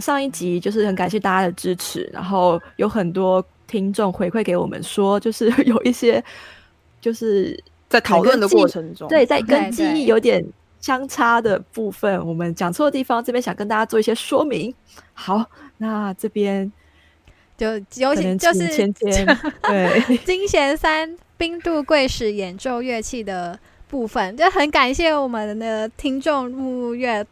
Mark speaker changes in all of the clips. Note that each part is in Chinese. Speaker 1: 上一集就是很感谢大家的支持，然后有很多听众回馈给我们说，就是有一些就是
Speaker 2: 在讨论的过程中，
Speaker 1: 对，在跟
Speaker 3: 对
Speaker 1: 记忆
Speaker 3: 对
Speaker 1: 有点相差的部分，我们讲错的地方，这边想跟大家做一些说明。好，那这边
Speaker 3: 就尤
Speaker 1: 可
Speaker 3: 其
Speaker 1: 能
Speaker 3: 就
Speaker 1: 请芊
Speaker 3: 是
Speaker 1: 芊对，
Speaker 3: 金贤三冰度贵使演奏乐器的部分，就很感谢我们的听众木月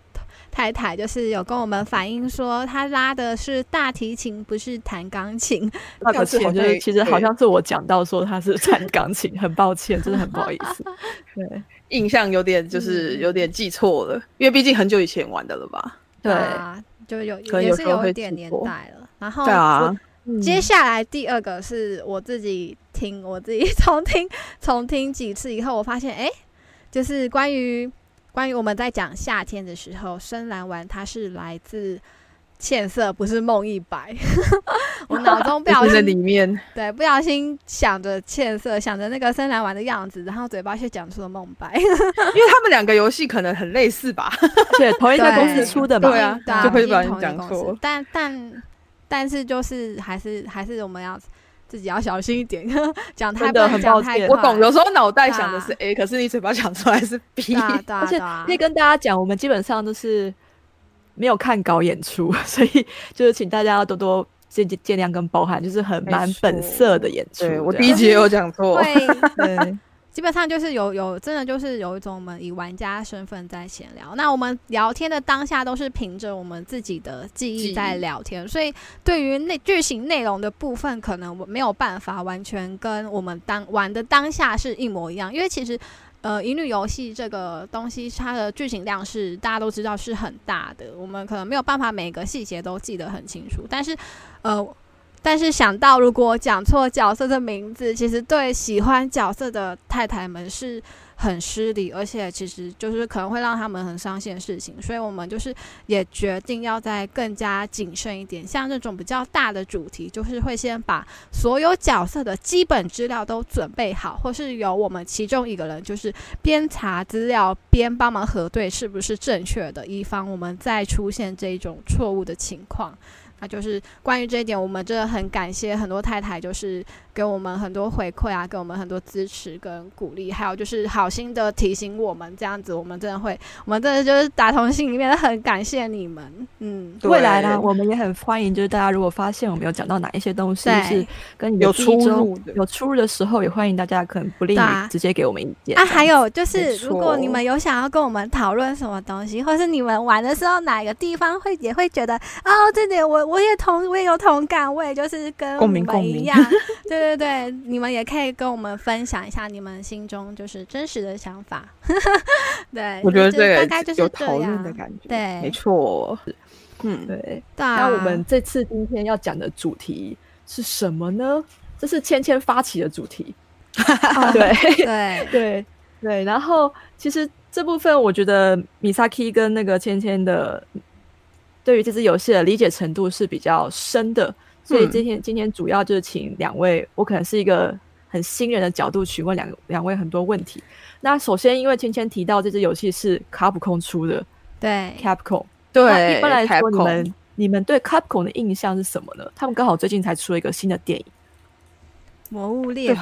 Speaker 3: 太太，就是有跟我们反映说，她拉的是大提琴，不是弹钢琴。
Speaker 1: 抱个
Speaker 2: 上次
Speaker 1: 歉，
Speaker 2: 好
Speaker 1: 就
Speaker 2: 像
Speaker 1: 是
Speaker 2: 也
Speaker 1: 其实好
Speaker 2: 对
Speaker 1: 像是我讲到说他是弹钢琴，很抱歉，真的很不好意思。对
Speaker 2: 印象有点就是
Speaker 3: 嗯
Speaker 2: 有点记错了，因为毕竟很久以前玩的了吧？
Speaker 1: 对，
Speaker 3: 啊，就有
Speaker 2: 可能
Speaker 3: 也
Speaker 2: 有
Speaker 3: 是
Speaker 2: 时候
Speaker 3: 有
Speaker 2: 会
Speaker 3: 一点
Speaker 2: 记
Speaker 3: 年
Speaker 2: 错
Speaker 3: 代了。然后
Speaker 2: 对啊，
Speaker 1: 嗯
Speaker 3: 接下来第二个是我自己听，我自己 重听重听几次以后，我发现哎、诶就是关于关于我们在讲夏天的时候，深蓝丸它是来自茜色，不是梦一白。 我脑中不小
Speaker 2: 就是在里
Speaker 3: 心
Speaker 2: 面，
Speaker 3: 对不小心想着茜色，想着那个深蓝丸的样子，然后嘴巴却讲出了梦白。
Speaker 2: 因为他们两个游戏可能很类似吧？
Speaker 1: 而且同一家公司
Speaker 3: 对
Speaker 1: 出的嘛，
Speaker 2: 对啊
Speaker 3: 对啊，
Speaker 2: 就会
Speaker 3: 毕竟
Speaker 2: 把人
Speaker 3: 同一个
Speaker 2: 讲
Speaker 3: 公司
Speaker 2: 错
Speaker 3: 但但但是就是还是还是我们要自己要小心一点， 讲太
Speaker 1: 真的
Speaker 3: 不能
Speaker 1: 很
Speaker 3: 讲
Speaker 1: 抱
Speaker 3: 太
Speaker 1: 歉
Speaker 3: 快
Speaker 2: 我懂，有时候脑袋想的是 A，可是你嘴巴讲出来是
Speaker 3: 对。
Speaker 2: B
Speaker 3: 啊对啊
Speaker 1: 而且
Speaker 3: 对啊
Speaker 1: 可以跟大家讲，我们基本上都是没有看稿演出， 所以就是请大家要多多见见谅跟包涵，就是很
Speaker 2: 没
Speaker 1: 蛮本
Speaker 2: 错
Speaker 1: 色的演出。
Speaker 2: 对我
Speaker 1: 这
Speaker 2: 第
Speaker 1: 样
Speaker 2: 一集也有讲错，
Speaker 3: 会
Speaker 1: 啊对
Speaker 3: 基本上就是有有真的就是有一种我们以玩家身份在闲聊。那我们聊天的当下都是凭着我们自己的记
Speaker 2: 记忆
Speaker 3: 忆在聊天，所以对于那剧情内容的部分，可能我没有办法完全跟我们当玩的当下是一模一样，因为其实。呃，乙女游戏这个东西，它的剧情量是大家都知道是很大的，我们可能没有办法每个细节都记得很清楚。但是，呃，但是想到如果讲错角色的名字，其实对喜欢角色的太太们是很失礼，而且其实就是可能会让他们很伤心的事情。所以我们就是也决定要再更加谨慎一点。像这种比较大的主题，就是会先把所有角色的基本资料都准备好，或是由我们其中一个人就是边查资料边帮忙核对是不是正确的，以防我们再出现这一种错误的情况。那就是关于这一点，我们真的很感谢很多太太，就是给我们很多回馈啊，给我们很多支持跟鼓励，还有就是好心的提醒我们这样子，我们真的会，我们真的就是打从心里面很感谢你们，嗯，
Speaker 2: 对
Speaker 1: 未来呢，我们也很欢迎，就是大家如果发现我们有讲到哪一些东西是
Speaker 3: 对。
Speaker 1: 跟你的
Speaker 2: 有
Speaker 1: 记忆
Speaker 2: 出
Speaker 1: 中
Speaker 2: 入的。
Speaker 1: 有出入的时候，也欢迎大家可能不吝
Speaker 3: 对
Speaker 1: 于
Speaker 3: 啊
Speaker 1: 直接给我们意见
Speaker 3: 啊，还有就
Speaker 2: 没
Speaker 3: 是，
Speaker 2: 错
Speaker 3: 如果你们有想要跟我们讨论什么东西，或是你们玩的时候哪个地方会也会觉得，哦，这点我我也同我也有同感，我也就是跟
Speaker 2: 共鸣
Speaker 3: 你
Speaker 2: 共
Speaker 3: 们
Speaker 2: 鸣
Speaker 3: 一样，对对对，你们也可以跟我们分享一下你们心中就是真实的想法。 对，
Speaker 2: 我觉得
Speaker 3: 就
Speaker 2: 这
Speaker 3: 是
Speaker 2: 个
Speaker 3: 大概就是
Speaker 2: 有
Speaker 3: 这
Speaker 2: 讨论的
Speaker 3: 样
Speaker 2: 感觉，
Speaker 3: 对
Speaker 2: 没错，嗯，
Speaker 1: 对，
Speaker 3: 对啊，
Speaker 1: 那我们这次今天要讲的主题是什么呢？这是芊芊发起的主题，
Speaker 3: 啊
Speaker 1: 对
Speaker 3: 对
Speaker 1: 对对。然后其实这部分我觉得米萨 k 跟那个芊芊的对于这支游戏的理解程度是比较深的，所以
Speaker 2: 嗯
Speaker 1: 今天、今天主要就是请两位，我可能是一个很新人的角度询问两两位很多问题。那首先，因为芊芊提到这支游戏是卡普空出的
Speaker 3: 对
Speaker 1: Capcom，那
Speaker 2: 对，
Speaker 1: 一般来
Speaker 2: 开
Speaker 1: 说，你
Speaker 2: 口
Speaker 1: 们你们对 Capcom 的印象是什么呢？他们刚好最近才出了一个新的电影，
Speaker 3: 魔物猎人，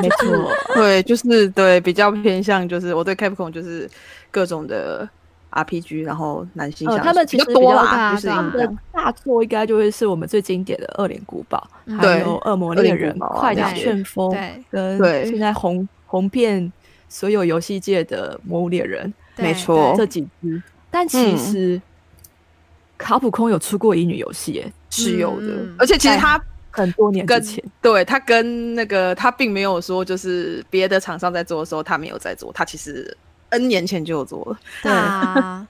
Speaker 1: 没 错，
Speaker 2: 对，就是对，比较偏向就是我对 Capcom 就是各种的 RPG，然后男性
Speaker 1: 呃
Speaker 2: 向、
Speaker 1: 他们其
Speaker 2: 比
Speaker 1: 实
Speaker 2: 较
Speaker 1: 比
Speaker 2: 多
Speaker 1: 较
Speaker 3: 大
Speaker 2: 啦，就是
Speaker 3: 大
Speaker 2: 印
Speaker 1: 他
Speaker 3: 嗯
Speaker 1: 们
Speaker 2: 象
Speaker 1: 的大作应该就会是我们最经典的《恶灵古堡》，
Speaker 3: 嗯
Speaker 1: 还
Speaker 2: 对
Speaker 1: 有《恶魔
Speaker 2: 恶
Speaker 1: 猎
Speaker 2: 灵古
Speaker 1: 人》
Speaker 2: 堡啊
Speaker 1: 快打
Speaker 3: 那些
Speaker 1: 旋风》，
Speaker 3: 对
Speaker 1: 跟
Speaker 2: 对
Speaker 1: 现在红红遍所有游戏界的《魔物猎人
Speaker 3: 对
Speaker 2: 没错》
Speaker 1: 这几支。但其
Speaker 2: 哦嗯
Speaker 1: 实卡普空有出过乙女游戏耶，
Speaker 2: 是有的，
Speaker 3: 嗯嗯
Speaker 2: 而且其实
Speaker 1: 在
Speaker 2: 他
Speaker 1: 很多年之
Speaker 2: 跟
Speaker 1: 前，
Speaker 2: 对他跟那个他并没有说就是别的厂商在做的时候他没有在做，他其实 N 年前就有做了，
Speaker 3: 对啊，
Speaker 1: 啊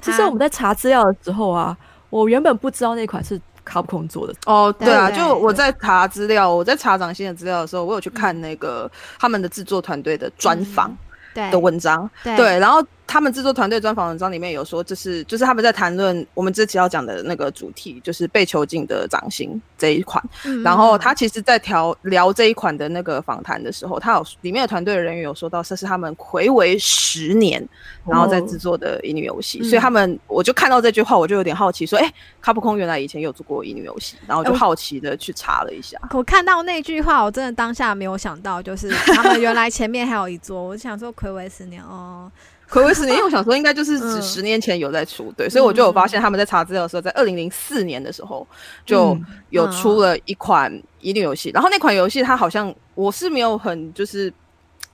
Speaker 1: 其实我们在查资料的时候啊，我原本不知道那款是 Capcom 做的，
Speaker 2: 哦，对啊，
Speaker 3: 对
Speaker 2: 就我
Speaker 3: 对
Speaker 2: 在查资料，我在查掌心的资料的时候，我有去看那个他们的制作团队的专访
Speaker 3: 对
Speaker 2: 的文章，
Speaker 3: 对
Speaker 2: 对，然后他们制作团队专访文章里面有说，就是就是他们在谈论我们这期要讲的那个主题，就是被囚禁的掌心这一款。
Speaker 3: 嗯
Speaker 2: 然后
Speaker 3: 嗯
Speaker 2: 他其实，在调聊这一款的那个访谈的时候，他有里面的团队的人员有说到，这是他们暌违十年，然后在制作的乙女游戏，
Speaker 3: 哦嗯
Speaker 2: 所以他们我就看到这句话，我就有点好奇，说，哎、卡普空原来以前有做过乙女游戏，然后我就
Speaker 3: 哎我
Speaker 2: 好奇的去查了一下，
Speaker 3: 我看到那句话，我真的当下没有想到，就是他们原来前面还有一桌，我就想说暌违十年哦，
Speaker 2: 暌违十年，因为我想说应该 就是
Speaker 3: 嗯
Speaker 2: 指十年前有在出，对，所以我就
Speaker 1: 嗯
Speaker 2: 有发现他们在查资料的时候，在二零零四年的时候就
Speaker 1: 嗯
Speaker 2: 有出了一款乙女游戏，然后那款游戏它好像我是没有很就是，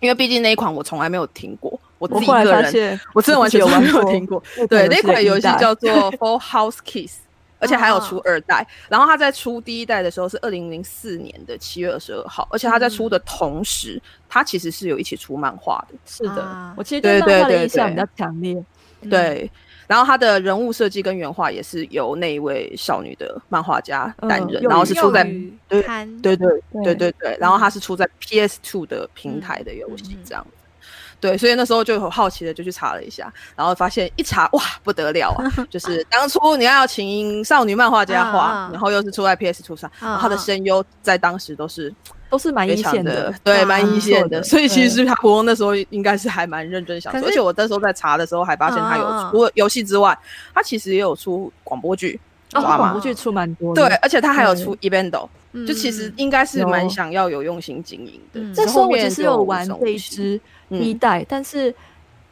Speaker 2: 因为毕竟那一款我从来没有听过，我自
Speaker 1: 我
Speaker 2: 己一
Speaker 1: 后来
Speaker 2: 个
Speaker 1: 发
Speaker 2: 人，
Speaker 1: 现
Speaker 2: 我真的
Speaker 1: 我
Speaker 2: 完
Speaker 1: 自己
Speaker 2: 全从来没
Speaker 1: 有玩
Speaker 2: 有
Speaker 1: 过
Speaker 2: 听过，
Speaker 1: 那
Speaker 2: 对，那
Speaker 1: 游
Speaker 2: 款
Speaker 1: 的
Speaker 2: 游
Speaker 1: 一
Speaker 2: 戏
Speaker 1: 代
Speaker 2: 叫做 Full House Kiss，而且还有出二
Speaker 1: 哦
Speaker 2: 代。然后它在出第一代的时候是二零零四年的七月二十二号，而且它在出的同时，它其实是有一起出漫画的。
Speaker 1: 是的
Speaker 3: 啊，
Speaker 1: 我其实对
Speaker 2: 对
Speaker 1: 漫
Speaker 2: 对
Speaker 1: 画的
Speaker 2: 对
Speaker 1: 印象
Speaker 2: 对
Speaker 1: 比较强烈。
Speaker 3: 嗯
Speaker 2: 对，然后它的人物设计跟原画也是由那一位少女的漫画家担
Speaker 1: 嗯
Speaker 2: 任，
Speaker 1: 幼
Speaker 2: 然后
Speaker 1: 语
Speaker 2: 是出在
Speaker 3: 幼语
Speaker 2: 对
Speaker 3: 刊
Speaker 2: 对对对
Speaker 1: 对
Speaker 2: 对对，然后它是出在 PS2 的平
Speaker 3: 嗯
Speaker 2: 台的游戏这样子。对，所以那时候就有好奇的就去查了一下，然后发现一查哇不得了啊！ 就是当初你要请少女漫画家
Speaker 3: 嗯
Speaker 2: 画，
Speaker 3: 嗯
Speaker 2: 然后又是出在 PS2 上，然后他的
Speaker 3: 嗯嗯
Speaker 2: 声优在当时都是
Speaker 1: 都是蛮一
Speaker 2: 非常
Speaker 1: 线
Speaker 2: 的
Speaker 1: 的，啊
Speaker 2: 对，
Speaker 3: 嗯
Speaker 2: 蛮
Speaker 3: 嗯
Speaker 2: 一线
Speaker 1: 做
Speaker 2: 的。
Speaker 1: 的
Speaker 2: 所以其
Speaker 1: 对
Speaker 2: 实他国公那时候应该是还蛮认真想
Speaker 3: 可
Speaker 2: 做，
Speaker 3: 是
Speaker 2: 而且我那时候在查的时候还发现他有
Speaker 3: 嗯嗯嗯
Speaker 2: 除了游戏之外，他其实也有出广播剧，
Speaker 1: 哦，
Speaker 2: 哇
Speaker 1: 他
Speaker 2: 嘛
Speaker 1: 广播剧出蛮多
Speaker 2: 对
Speaker 1: 的。，
Speaker 2: 而且他还有
Speaker 1: 对
Speaker 2: 出 Evendo，
Speaker 3: 嗯
Speaker 2: 就其实应该是蛮
Speaker 1: 有
Speaker 2: 想要有用心经营的
Speaker 3: 嗯。
Speaker 1: 那
Speaker 2: 只
Speaker 1: 时候
Speaker 2: 是
Speaker 1: 我
Speaker 2: 后面
Speaker 1: 其实
Speaker 2: 就
Speaker 1: 有
Speaker 2: 无
Speaker 1: 玩
Speaker 2: 从
Speaker 1: 这一
Speaker 2: 起
Speaker 1: 支
Speaker 2: 嗯
Speaker 1: 一代，但是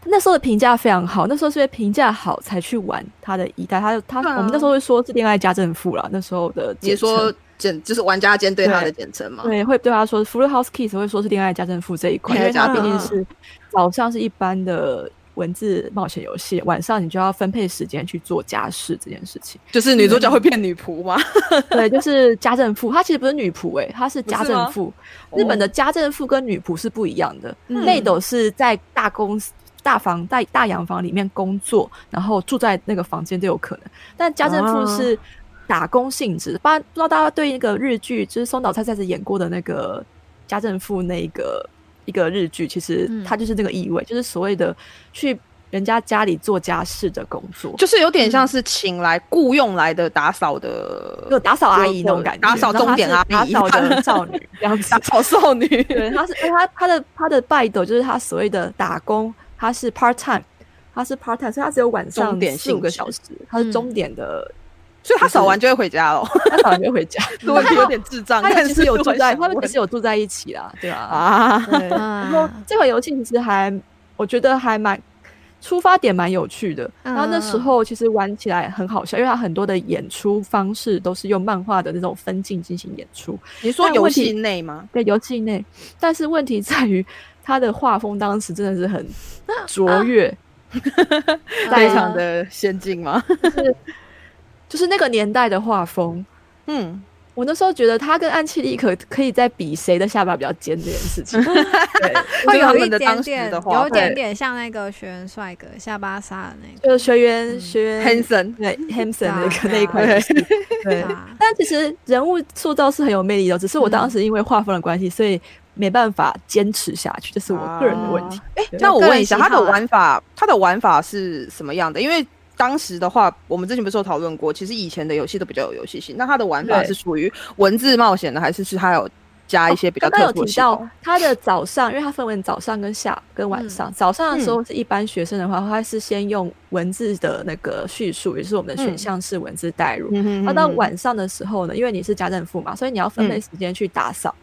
Speaker 1: 那时候的评价非常好，那时候是因为评价好才去玩它的一代。它就它、
Speaker 2: 对啊
Speaker 1: 我们那时候会说是恋爱家政妇啦，那时候的
Speaker 2: 你
Speaker 1: 简称
Speaker 2: 说简就是玩家间对他
Speaker 1: 对
Speaker 2: 的简称嘛？
Speaker 1: 对，会对他说 f u l House Kiss 会说是恋爱家政妇这一款，因为它毕竟是早上是一般的。文字冒险游戏，晚上你就要分配时间去做家事这件事 情。
Speaker 2: 就是女主角会变女仆嘛？
Speaker 1: 对，就是家政妇，她其实不是女仆、欸，她是
Speaker 2: 不
Speaker 1: 家
Speaker 2: 是吗
Speaker 1: 政妇。 日本的
Speaker 2: 哦
Speaker 1: 家政妇跟女仆是不一样的，
Speaker 2: 嗯
Speaker 1: 内斗是在大公司、大房、在大洋房里面工作，然后住在那个房间都有可能。但家政妇
Speaker 2: 哦
Speaker 1: 是打工性质，不然不知道大家对那个日剧，就是松岛菜菜子演过的那个家政妇那个一个日剧，其实
Speaker 3: 嗯
Speaker 1: 它就是那个意味，就是所谓的去人家家里做家事的工作，
Speaker 2: ？Oh，就是有点像
Speaker 1: 嗯
Speaker 2: 是请来雇佣来的打扫
Speaker 1: 就
Speaker 2: 的
Speaker 1: 打扫阿姨那种感觉，
Speaker 2: 打扫
Speaker 1: 然后她
Speaker 2: 钟点
Speaker 1: 是
Speaker 2: 阿
Speaker 1: 打
Speaker 2: 姨
Speaker 1: 扫 的少女这样子
Speaker 2: 打。扫少女。
Speaker 1: 对，他是哎他他的他的 b 斗就是他所谓的打工，他是 part time，他是 part time，所以他只有晚上
Speaker 2: 钟点
Speaker 1: 四五
Speaker 2: 性
Speaker 1: 个
Speaker 2: 质嗯
Speaker 1: 小时，他是钟点的，
Speaker 2: 所以他扫完就会回家了，
Speaker 1: 他早上就回 家。
Speaker 2: 这问题有点智障。
Speaker 1: 啊他
Speaker 2: 但
Speaker 1: 们其实有
Speaker 2: 我
Speaker 1: 住
Speaker 2: 很
Speaker 1: 在，
Speaker 2: 想
Speaker 1: 他们
Speaker 2: 问
Speaker 1: 其实有住在一起啦，对啊。
Speaker 2: 啊，
Speaker 1: 对，然后
Speaker 3: 啊
Speaker 1: 这款游戏其实还我觉得还蛮出发点蛮有趣的，然后那时
Speaker 3: 嗯
Speaker 1: 候其实玩起来很好笑，因为它很多的演出方式都是用漫画的那种分镜进行演出，
Speaker 2: 你说
Speaker 1: 但
Speaker 2: 游
Speaker 1: 问题
Speaker 2: 戏内吗？
Speaker 1: 对，游戏内，但是问题在于他的画风当时真的是很卓越，
Speaker 2: 非常的先进吗？
Speaker 1: 就是那个年代的画风。
Speaker 2: 嗯，
Speaker 1: 我那时候觉得他跟暗器力可可以在比谁的下巴比较尖这件事情，对，
Speaker 3: 会
Speaker 2: 这个他
Speaker 3: 有
Speaker 2: 们
Speaker 3: 一
Speaker 2: 的
Speaker 3: 点
Speaker 2: 当时
Speaker 3: 点，
Speaker 2: 的话
Speaker 3: 有一点
Speaker 2: 会
Speaker 3: 点像那个学员帅哥下巴沙的那个，
Speaker 1: 就是学员
Speaker 3: 嗯
Speaker 1: 学员
Speaker 2: Hanson
Speaker 1: 对 Hanson 那个
Speaker 3: 对啊
Speaker 1: 那一款游戏，对。
Speaker 3: 啊
Speaker 1: 但其实人物塑造是很有魅力的，只是我当时因为画风的关系，所以没办法坚持下去，这是我个人的问题。
Speaker 2: 哎、
Speaker 1: 对
Speaker 2: 那我问一下，
Speaker 3: 个人
Speaker 2: 它
Speaker 3: 喜好
Speaker 2: 的
Speaker 3: 啊
Speaker 2: 玩法，它的玩法是什么样的？因为当时的话，我们之前不是有讨论过，其实以前的游戏都比较有游戏性。那它的玩法
Speaker 1: 对
Speaker 2: 是属于文字冒险的，还是是它有加一些比较
Speaker 1: 哦刚刚
Speaker 2: 特
Speaker 1: 有
Speaker 2: 殊
Speaker 1: 提
Speaker 2: 性？
Speaker 1: 到他的早上，因为他分为早上跟下跟晚上。早上的时候是一般学生的话，他是先用文字的那个叙述，也就是我们的选项式文字代入。
Speaker 2: 嗯哼
Speaker 1: 啊哦那、到
Speaker 2: 嗯哼
Speaker 1: 晚上的时候呢，因为你是家政妇嘛，所以你要分配
Speaker 2: 嗯
Speaker 1: 时间去打扫，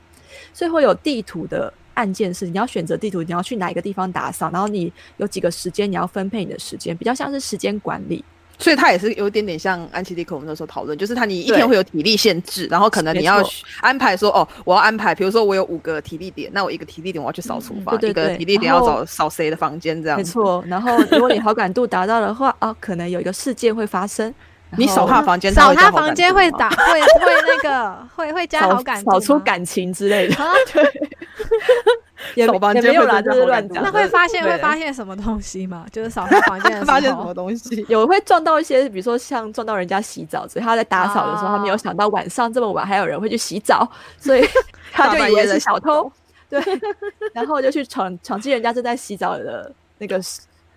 Speaker 1: 所以会有地图的。按键是你要选择地图，你要去哪一个地方打扫，然后你有几个时间，你要分配你的时间，比较像是时间管理。
Speaker 2: 所以它也是有一点点像安琪丽克我们那时候讨论，就是它你一
Speaker 1: 对
Speaker 2: 天会有体力限制，然后可能
Speaker 1: 没
Speaker 2: 你要
Speaker 1: 错
Speaker 2: 安排说哦，我要安排，比如说我有五个体力点，那我一个体力点我要去扫厨房，
Speaker 1: 嗯对对
Speaker 2: 一
Speaker 1: 对
Speaker 2: 个体力点
Speaker 1: 然
Speaker 2: 要
Speaker 1: 后
Speaker 2: 找扫谁的房间这样。
Speaker 1: 没，错，然后如果你好感度达到的话，啊，可能有一个事件会发生。然
Speaker 2: 你扫
Speaker 1: 后
Speaker 2: 他房间，
Speaker 3: 扫
Speaker 2: 会加
Speaker 3: 他
Speaker 2: 好感
Speaker 3: 房间
Speaker 2: 度
Speaker 3: 会
Speaker 2: 吗
Speaker 3: 打会会那个会会加
Speaker 1: 找
Speaker 3: 好感度
Speaker 1: 找出
Speaker 3: 吗
Speaker 1: 感情之类的。
Speaker 3: 啊
Speaker 1: 对，啊 也
Speaker 2: 扫房
Speaker 1: 也
Speaker 2: 间
Speaker 1: 没有
Speaker 2: 会
Speaker 1: 啦，
Speaker 2: 增加
Speaker 1: 就是
Speaker 2: 好
Speaker 1: 乱
Speaker 2: 感度
Speaker 1: 讲
Speaker 3: 那
Speaker 1: 的。
Speaker 3: 会发现
Speaker 2: 对啊
Speaker 3: 会发现什么东西吗？就是扫描房间的时候，
Speaker 2: 发现什么 东西？
Speaker 1: 有会撞到一些，比如说像撞到人家洗澡，所以他在打扫的时候，他没有
Speaker 3: 啊
Speaker 1: 想到晚上这么晚还有人会去洗 澡，所以他
Speaker 2: 大
Speaker 1: 就
Speaker 2: 半
Speaker 1: 以为
Speaker 2: 夜在
Speaker 1: 是
Speaker 2: 洗
Speaker 1: 小偷
Speaker 2: 澡，
Speaker 1: 对，然后就去闯闯进人家正在洗澡的那个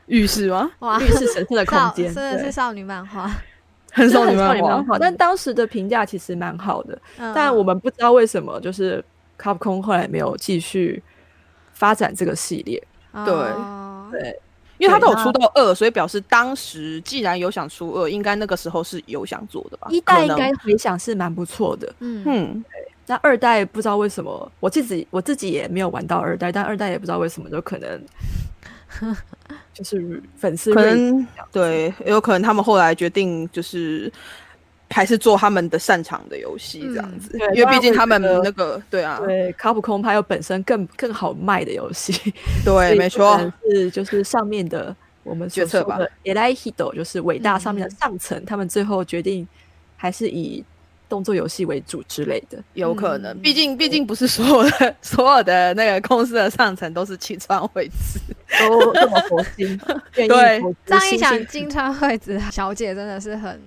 Speaker 1: 浴
Speaker 2: 浴室 吗？
Speaker 3: 哇，
Speaker 1: 室神圣的空
Speaker 3: 少
Speaker 1: 间，
Speaker 3: 真的是
Speaker 1: 对
Speaker 3: 少女漫画。
Speaker 2: 很
Speaker 1: 真
Speaker 2: 少
Speaker 1: 的
Speaker 2: 你
Speaker 1: 很少
Speaker 2: 们
Speaker 1: 女漫画，但当时的评价其实蛮好的，
Speaker 3: 嗯
Speaker 1: 但我们不知道为什么，就是 Capcom 后来没有继续发展这个系列。
Speaker 2: 对
Speaker 3: 哦
Speaker 1: 对，
Speaker 2: 因为他
Speaker 1: 对
Speaker 2: 都有
Speaker 1: 那
Speaker 2: 出到二，所以表示当时既然有想出二，应该那个时候是有想做的吧？
Speaker 1: 一代
Speaker 2: 可
Speaker 1: 应
Speaker 2: 能
Speaker 1: 该回想是蛮不错的，
Speaker 3: 嗯，
Speaker 2: 嗯，
Speaker 1: 那二代不知道为什么，我自己我自己也没有玩到二代，但二代也不知道为什么，就可能就是粉丝
Speaker 2: 可
Speaker 1: 锐
Speaker 2: 能对，也有可能他们后来决定就是还是做他们的擅长的游戏这样子，
Speaker 1: 嗯对
Speaker 2: 因为毕
Speaker 1: 当然我
Speaker 2: 竟他们
Speaker 1: 觉得
Speaker 2: 那个对啊，
Speaker 1: 对卡普空它有本身更更好卖的游戏，所
Speaker 2: 对，
Speaker 1: 以
Speaker 2: 没
Speaker 1: 不可
Speaker 2: 错
Speaker 1: 能，是就是上面的我们所
Speaker 2: 决策
Speaker 1: 说
Speaker 2: 吧
Speaker 1: 的 e l i h i d o 就是伟大上面
Speaker 3: 嗯
Speaker 1: 的上层，他们最后决定还是以动作游戏为主之类的。
Speaker 2: 有可能，
Speaker 3: 嗯
Speaker 2: 毕竟毕竟不是所有的 所有的那个公司的上层都是青川惠子，
Speaker 1: 都这么佛 心，愿意
Speaker 2: 对
Speaker 1: 投资
Speaker 3: 这样一
Speaker 1: 新
Speaker 3: 想，
Speaker 1: 兴
Speaker 3: 金川惠子小姐真的是很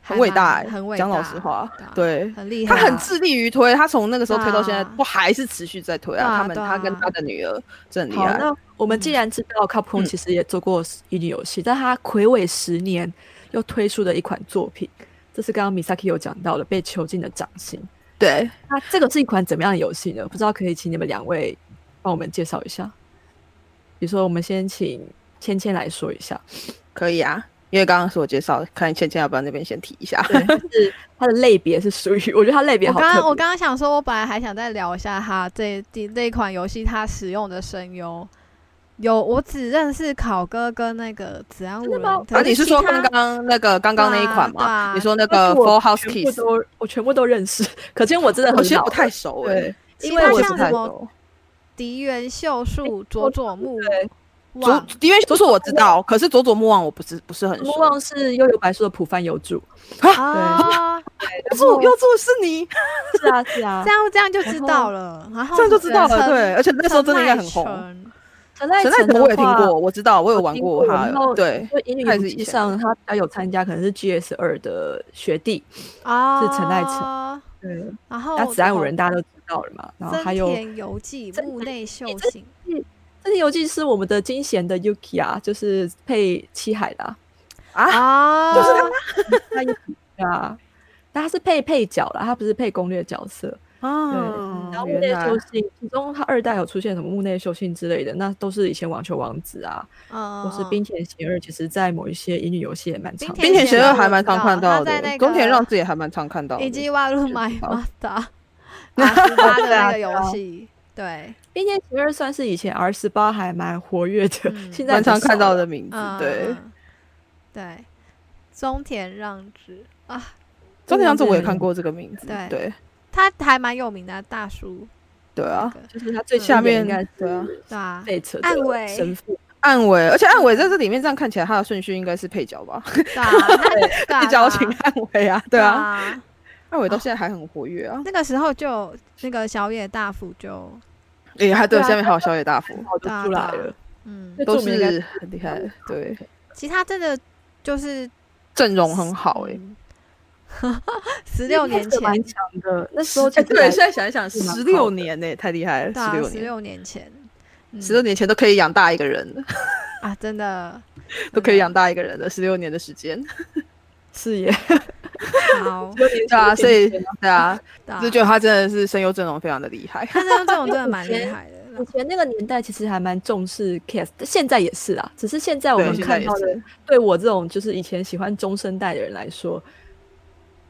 Speaker 3: 还
Speaker 2: 很伟大
Speaker 3: 蛮
Speaker 2: 欸
Speaker 3: 很伟大，
Speaker 2: 讲老实话，
Speaker 3: 对
Speaker 2: 对
Speaker 3: 啊，。很厉害
Speaker 2: 他
Speaker 3: 啊，
Speaker 2: 很致力于推，他从那个时候推到现在
Speaker 3: 对啊，
Speaker 2: 不还是持续在推
Speaker 3: 对
Speaker 2: 啊？
Speaker 3: 啊
Speaker 2: 他们
Speaker 3: 对啊
Speaker 2: 他跟他的女儿真的很
Speaker 1: 好，
Speaker 2: 厉害。
Speaker 1: 那我们既然知道 Capcom
Speaker 2: 啊嗯
Speaker 1: 其实也做过乙女游戏，但它魁违十年又推出的一款作品，这是刚刚 Misaki 有讲到的《被囚禁的掌心》。
Speaker 2: 对，
Speaker 1: 那这个是一款怎么样的游戏呢？不知道可以请你们两位帮我们介绍一下。比如说，我们先请芊芊来说一下，
Speaker 2: 可以啊，因为刚刚是我介绍，看倩倩要不要那边先提一下。
Speaker 1: 对，就是它的类别是属于，我 觉得它类别
Speaker 3: 我
Speaker 1: 好
Speaker 3: 刚刚
Speaker 1: 特
Speaker 3: 我
Speaker 1: 别。
Speaker 3: 刚刚想说，我本来还想再聊一下他这第这一款游戏它使用的声优，有我只认识考哥跟那个子安五
Speaker 1: 真的吗
Speaker 3: 人，可
Speaker 2: 啊，
Speaker 3: 是
Speaker 2: 你是
Speaker 3: 其
Speaker 2: 说
Speaker 3: 他
Speaker 2: 刚刚那个刚刚那一款
Speaker 3: 对啊对
Speaker 2: 吗
Speaker 3: 啊？
Speaker 2: 你说那
Speaker 1: 但
Speaker 2: 个
Speaker 1: 是我
Speaker 2: Full House
Speaker 1: 全部
Speaker 2: Kiss，
Speaker 1: 都我全部都认识，可见我真的
Speaker 2: 我
Speaker 1: 很
Speaker 2: 其实
Speaker 1: 老
Speaker 2: 不太熟哎
Speaker 1: 对，，
Speaker 3: 其
Speaker 1: 因为
Speaker 3: 他
Speaker 1: 我
Speaker 2: 也
Speaker 1: 也不
Speaker 3: 像
Speaker 2: 太
Speaker 3: 什么
Speaker 2: 熟。
Speaker 3: 迪原秀树、佐佐木
Speaker 1: 对
Speaker 2: 佐
Speaker 3: 望，
Speaker 2: 因为佐佐我知道，可是佐佐木望我不是
Speaker 3: 嗯
Speaker 2: 不是很熟
Speaker 1: 莫。忘是幽游白书的浦帆有主，
Speaker 3: 啊，
Speaker 2: 右助右助是你，
Speaker 1: 是啊是啊
Speaker 3: 这，样这样就知
Speaker 1: 然后
Speaker 3: 道了，然后
Speaker 2: 这样就知道了。
Speaker 3: 陈
Speaker 2: 对，而且那时候
Speaker 3: 陈
Speaker 2: 真的应该
Speaker 3: 赖
Speaker 2: 很红。
Speaker 3: 纯
Speaker 1: 陈赖
Speaker 2: 陈太
Speaker 1: 诚
Speaker 2: 诚
Speaker 1: 的
Speaker 2: 我也听
Speaker 1: 话
Speaker 2: 过，，我知道，我有玩
Speaker 1: 听
Speaker 2: 过他
Speaker 1: 然后。
Speaker 2: 对，
Speaker 1: 就英语
Speaker 2: 他也是
Speaker 1: 笔
Speaker 2: 以
Speaker 1: 记
Speaker 2: 前
Speaker 1: 上他比较有参加，可能是 GS 二的学弟，
Speaker 3: 啊，
Speaker 1: 是陈赖
Speaker 3: 诚，
Speaker 1: 对，
Speaker 3: 哦然后
Speaker 1: 那子安五
Speaker 3: 好
Speaker 1: 人大家都知道了嘛，然后还
Speaker 3: 真
Speaker 1: 有。
Speaker 3: 田游记、
Speaker 1: 真
Speaker 3: 木内秀
Speaker 1: 真
Speaker 3: 行，
Speaker 1: 这些游记是我们的金贤的 Yuki 啊，就是配七海的、啊，
Speaker 2: 啊，
Speaker 3: 啊，
Speaker 2: 就是
Speaker 1: 那 Yuki 啊，但他是配配角啦，他不是配攻略角色。
Speaker 2: 啊
Speaker 1: 然后木
Speaker 2: 原
Speaker 1: 内
Speaker 2: 来
Speaker 1: 秀幸，其中他二代有出现什么木内秀幸之类的，那都是以前网球王子啊，
Speaker 3: 嗯，
Speaker 1: 或
Speaker 3: 嗯
Speaker 1: 是冰田贤二，其实在某一些乙女游戏也蛮常见的。
Speaker 2: 冰田
Speaker 3: 贤
Speaker 2: 邪
Speaker 3: 二
Speaker 2: 恶
Speaker 3: 我
Speaker 2: 还蛮
Speaker 3: 知道
Speaker 2: 常看
Speaker 3: 他
Speaker 2: 到
Speaker 3: 在
Speaker 2: 的，
Speaker 3: 那
Speaker 2: 宫田
Speaker 3: 个
Speaker 2: 让子也还蛮常看到的。
Speaker 3: 以及瓦鲁买
Speaker 2: 好
Speaker 3: 马达阿斯巴的那个游戏，对，
Speaker 1: 冰田十二算是以前 R 十八还蛮活跃的，
Speaker 3: 嗯
Speaker 1: 现在
Speaker 2: 蛮
Speaker 1: 很
Speaker 2: 常看
Speaker 1: 少
Speaker 2: 到
Speaker 1: 了
Speaker 2: 的名字，
Speaker 3: 嗯，
Speaker 2: 对。
Speaker 3: 嗯对，中田让子啊，
Speaker 2: 中田洋子我也看过这个名字，
Speaker 3: 对
Speaker 2: 对
Speaker 3: 他还蛮有名的啊大叔，
Speaker 2: 对啊，
Speaker 3: 那个
Speaker 1: 就是他最
Speaker 3: 嗯
Speaker 2: 下
Speaker 1: 下面应
Speaker 2: 面
Speaker 1: 该
Speaker 2: 对啊
Speaker 1: 是
Speaker 3: 对啊，
Speaker 1: 贝扯
Speaker 3: 暗
Speaker 1: 的
Speaker 3: 尾
Speaker 1: 神父，
Speaker 2: 暗尾，而且暗尾在这里面这样看起来，他的顺序应该是配角吧？
Speaker 3: 对啊，那对啊
Speaker 2: 配角请
Speaker 3: 对啊
Speaker 2: 暗尾啊，对
Speaker 3: 对
Speaker 2: 啊，
Speaker 3: 啊，
Speaker 2: 暗尾到现在还很活跃啊，
Speaker 3: 那个时候就那个小野大辅就
Speaker 2: 也还对，
Speaker 1: 对啊
Speaker 2: 下面还有小野大辅，
Speaker 1: 好就
Speaker 3: 对啊
Speaker 1: 出来
Speaker 3: 对啊
Speaker 1: 了，
Speaker 3: 嗯，
Speaker 1: 最
Speaker 2: 都
Speaker 1: 著名的应该
Speaker 2: 是很厉害的，对，
Speaker 3: 其实他真的就是
Speaker 2: 阵容很好哎。
Speaker 3: 嗯 十六
Speaker 1: 那个
Speaker 3: 年前，
Speaker 1: 蛮强的，那时候就
Speaker 2: 哎对，现在想一想，
Speaker 1: 是蛮
Speaker 2: 十
Speaker 1: 好
Speaker 2: 六
Speaker 1: 的
Speaker 2: 年呢，太厉害了，
Speaker 3: 对啊，
Speaker 2: 十六
Speaker 3: 十
Speaker 2: 年，
Speaker 3: 六年前，嗯
Speaker 2: 十六年前都可以养大一个人了，
Speaker 3: 啊，真的
Speaker 2: 都可以养
Speaker 3: 到
Speaker 2: 大一个人了，十六年的时间，
Speaker 1: 是耶，
Speaker 3: 好，
Speaker 2: 对啊，所以对啊，
Speaker 3: 对啊
Speaker 2: 就觉得他真的是声优阵容非常的厉害，
Speaker 3: 他这种这种真的蛮厉害
Speaker 1: 以
Speaker 3: 的。
Speaker 1: 前那个年代其实还蛮重视 cast，现在也是啊，只是现在我
Speaker 2: 对
Speaker 1: 们
Speaker 2: 现在
Speaker 1: 看
Speaker 2: 也
Speaker 1: 到的
Speaker 2: 是，
Speaker 1: 对我这种就是以前喜欢中生代的人来说，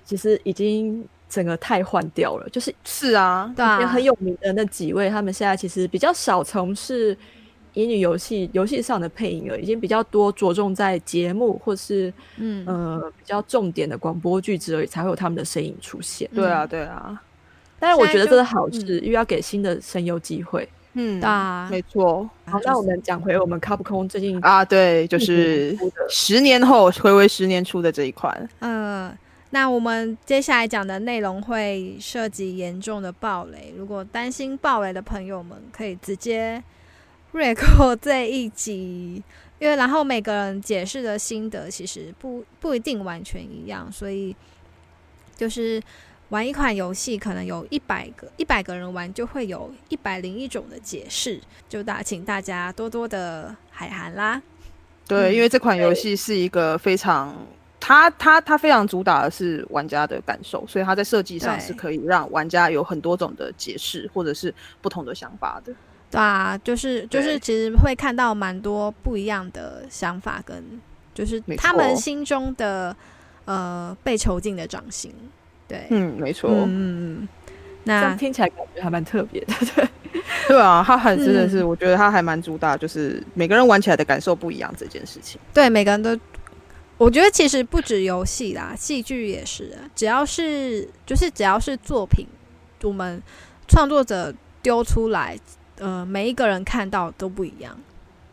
Speaker 1: 其实已经整个太换掉了，就是
Speaker 2: 是啊，
Speaker 3: 对啊，
Speaker 1: 也很有名的那几位，他们现在其实比较少从事乙女游戏游戏上的配音了，已经比较多着重在节目或是
Speaker 3: 嗯
Speaker 1: 呃比较重点的广播剧之类，才会有他们的身影出现。
Speaker 2: 对
Speaker 3: 嗯
Speaker 2: 啊，对啊，
Speaker 1: 但是我
Speaker 3: 现在
Speaker 1: 觉得
Speaker 3: 就
Speaker 1: 这个好
Speaker 3: 嗯
Speaker 1: 事，因为要给新的声优机会。
Speaker 2: 嗯
Speaker 3: 对，啊，
Speaker 2: 没错
Speaker 1: 好，那我们讲回我们 Capcom 最近嗯
Speaker 2: 啊，对，就
Speaker 1: 一年
Speaker 2: 是
Speaker 1: 出的
Speaker 2: 十年后回归十年出的这一款，
Speaker 3: 呃，那我们接下来讲的内容会涉及严重的暴雷，如果担心暴雷的朋友们，可以直接略过这一集，因为然后每个人解释的心得其实不不一定完全一样，所以就是玩一款游戏，可能有一百个一百个人玩，就会有一百零一种的解释，就大请大家多多的海涵啦。
Speaker 2: 对，
Speaker 3: 嗯
Speaker 2: 因为这款游戏是一个非常，它它它非常主打的是玩家的感受，所以它在设计上
Speaker 3: 对
Speaker 2: 是可以让玩家有很多种的解释或者是不同的想法的。
Speaker 3: 对啊，就是就是，
Speaker 2: 对
Speaker 3: 其实会看到蛮多不一样的想法跟，就是
Speaker 2: 没
Speaker 3: 他们
Speaker 2: 错
Speaker 3: 心中的呃被囚禁的掌心。对，
Speaker 2: 嗯，没错，
Speaker 3: 嗯嗯嗯。
Speaker 1: 这样
Speaker 3: 那
Speaker 1: 听起来感觉还蛮特别的， 对，
Speaker 2: 对啊，它很真的是，
Speaker 3: 嗯
Speaker 2: 我觉得它还蛮主打，就是每个人玩起来的感受不一样这件事情。
Speaker 3: 对每个人都，我觉得其实不止游戏啦，戏剧也是啊，只要是就是只要是作品，我们创作者丢出来，呃，每一个人看到都不一样，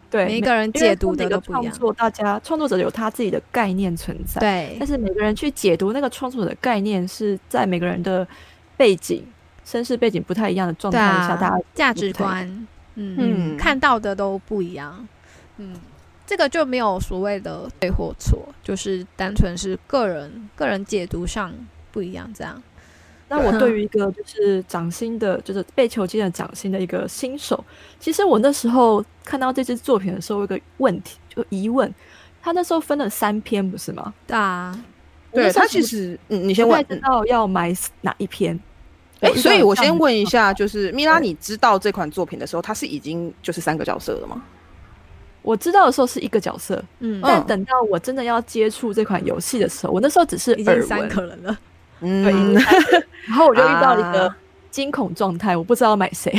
Speaker 1: 对
Speaker 3: 每一个人
Speaker 1: 因为
Speaker 3: 解读的
Speaker 1: 它每
Speaker 3: 都
Speaker 1: 个
Speaker 3: 不一
Speaker 1: 创
Speaker 3: 样。
Speaker 1: 作，大家创作者有他自己的概念存在，
Speaker 3: 对
Speaker 1: 但，是每个人去解读那个创作者的概念，是在每个人的背景、身世背景不太一样的状
Speaker 3: 对
Speaker 1: 态
Speaker 3: 啊，
Speaker 1: 下，大家
Speaker 3: 价值观，嗯
Speaker 2: 嗯
Speaker 3: 看到的都不一样，嗯，这个就没有所谓的对或错，就是单纯是个人个人解读上不一样，这样，
Speaker 1: 那我
Speaker 2: 嗯
Speaker 3: 对
Speaker 1: 对于一个就是掌心的，就是被囚禁的掌心的一个新手，其实我那时候看到这支作品的时候，有一个问题，就疑问，他那时候分了三篇，不是吗？
Speaker 3: 对啊，
Speaker 1: 我那
Speaker 2: 对，
Speaker 1: 时候
Speaker 2: 它其实，嗯，你先
Speaker 1: 不太
Speaker 2: 问，
Speaker 1: 知道要买哪一篇。
Speaker 2: 哎、
Speaker 1: 我遇到
Speaker 2: 所以
Speaker 1: 有
Speaker 2: 我
Speaker 1: 这样
Speaker 2: 先
Speaker 1: 的
Speaker 2: 问一下，就是米拉，
Speaker 1: 对
Speaker 2: 你知道这款作品的时候，它是已经就是三个角色了吗？
Speaker 1: 我知道的时候是一个角色，
Speaker 3: 嗯，
Speaker 2: 嗯
Speaker 1: 但等到我真的要接触这款游戏的时候，我那时候只是
Speaker 3: 已
Speaker 1: 耳
Speaker 3: 经三
Speaker 1: 闻，
Speaker 3: 个人了，
Speaker 1: 对，已
Speaker 2: 嗯
Speaker 1: 经，三个然后我就遇到一个
Speaker 2: 啊
Speaker 1: 惊恐状态，我不知道买谁。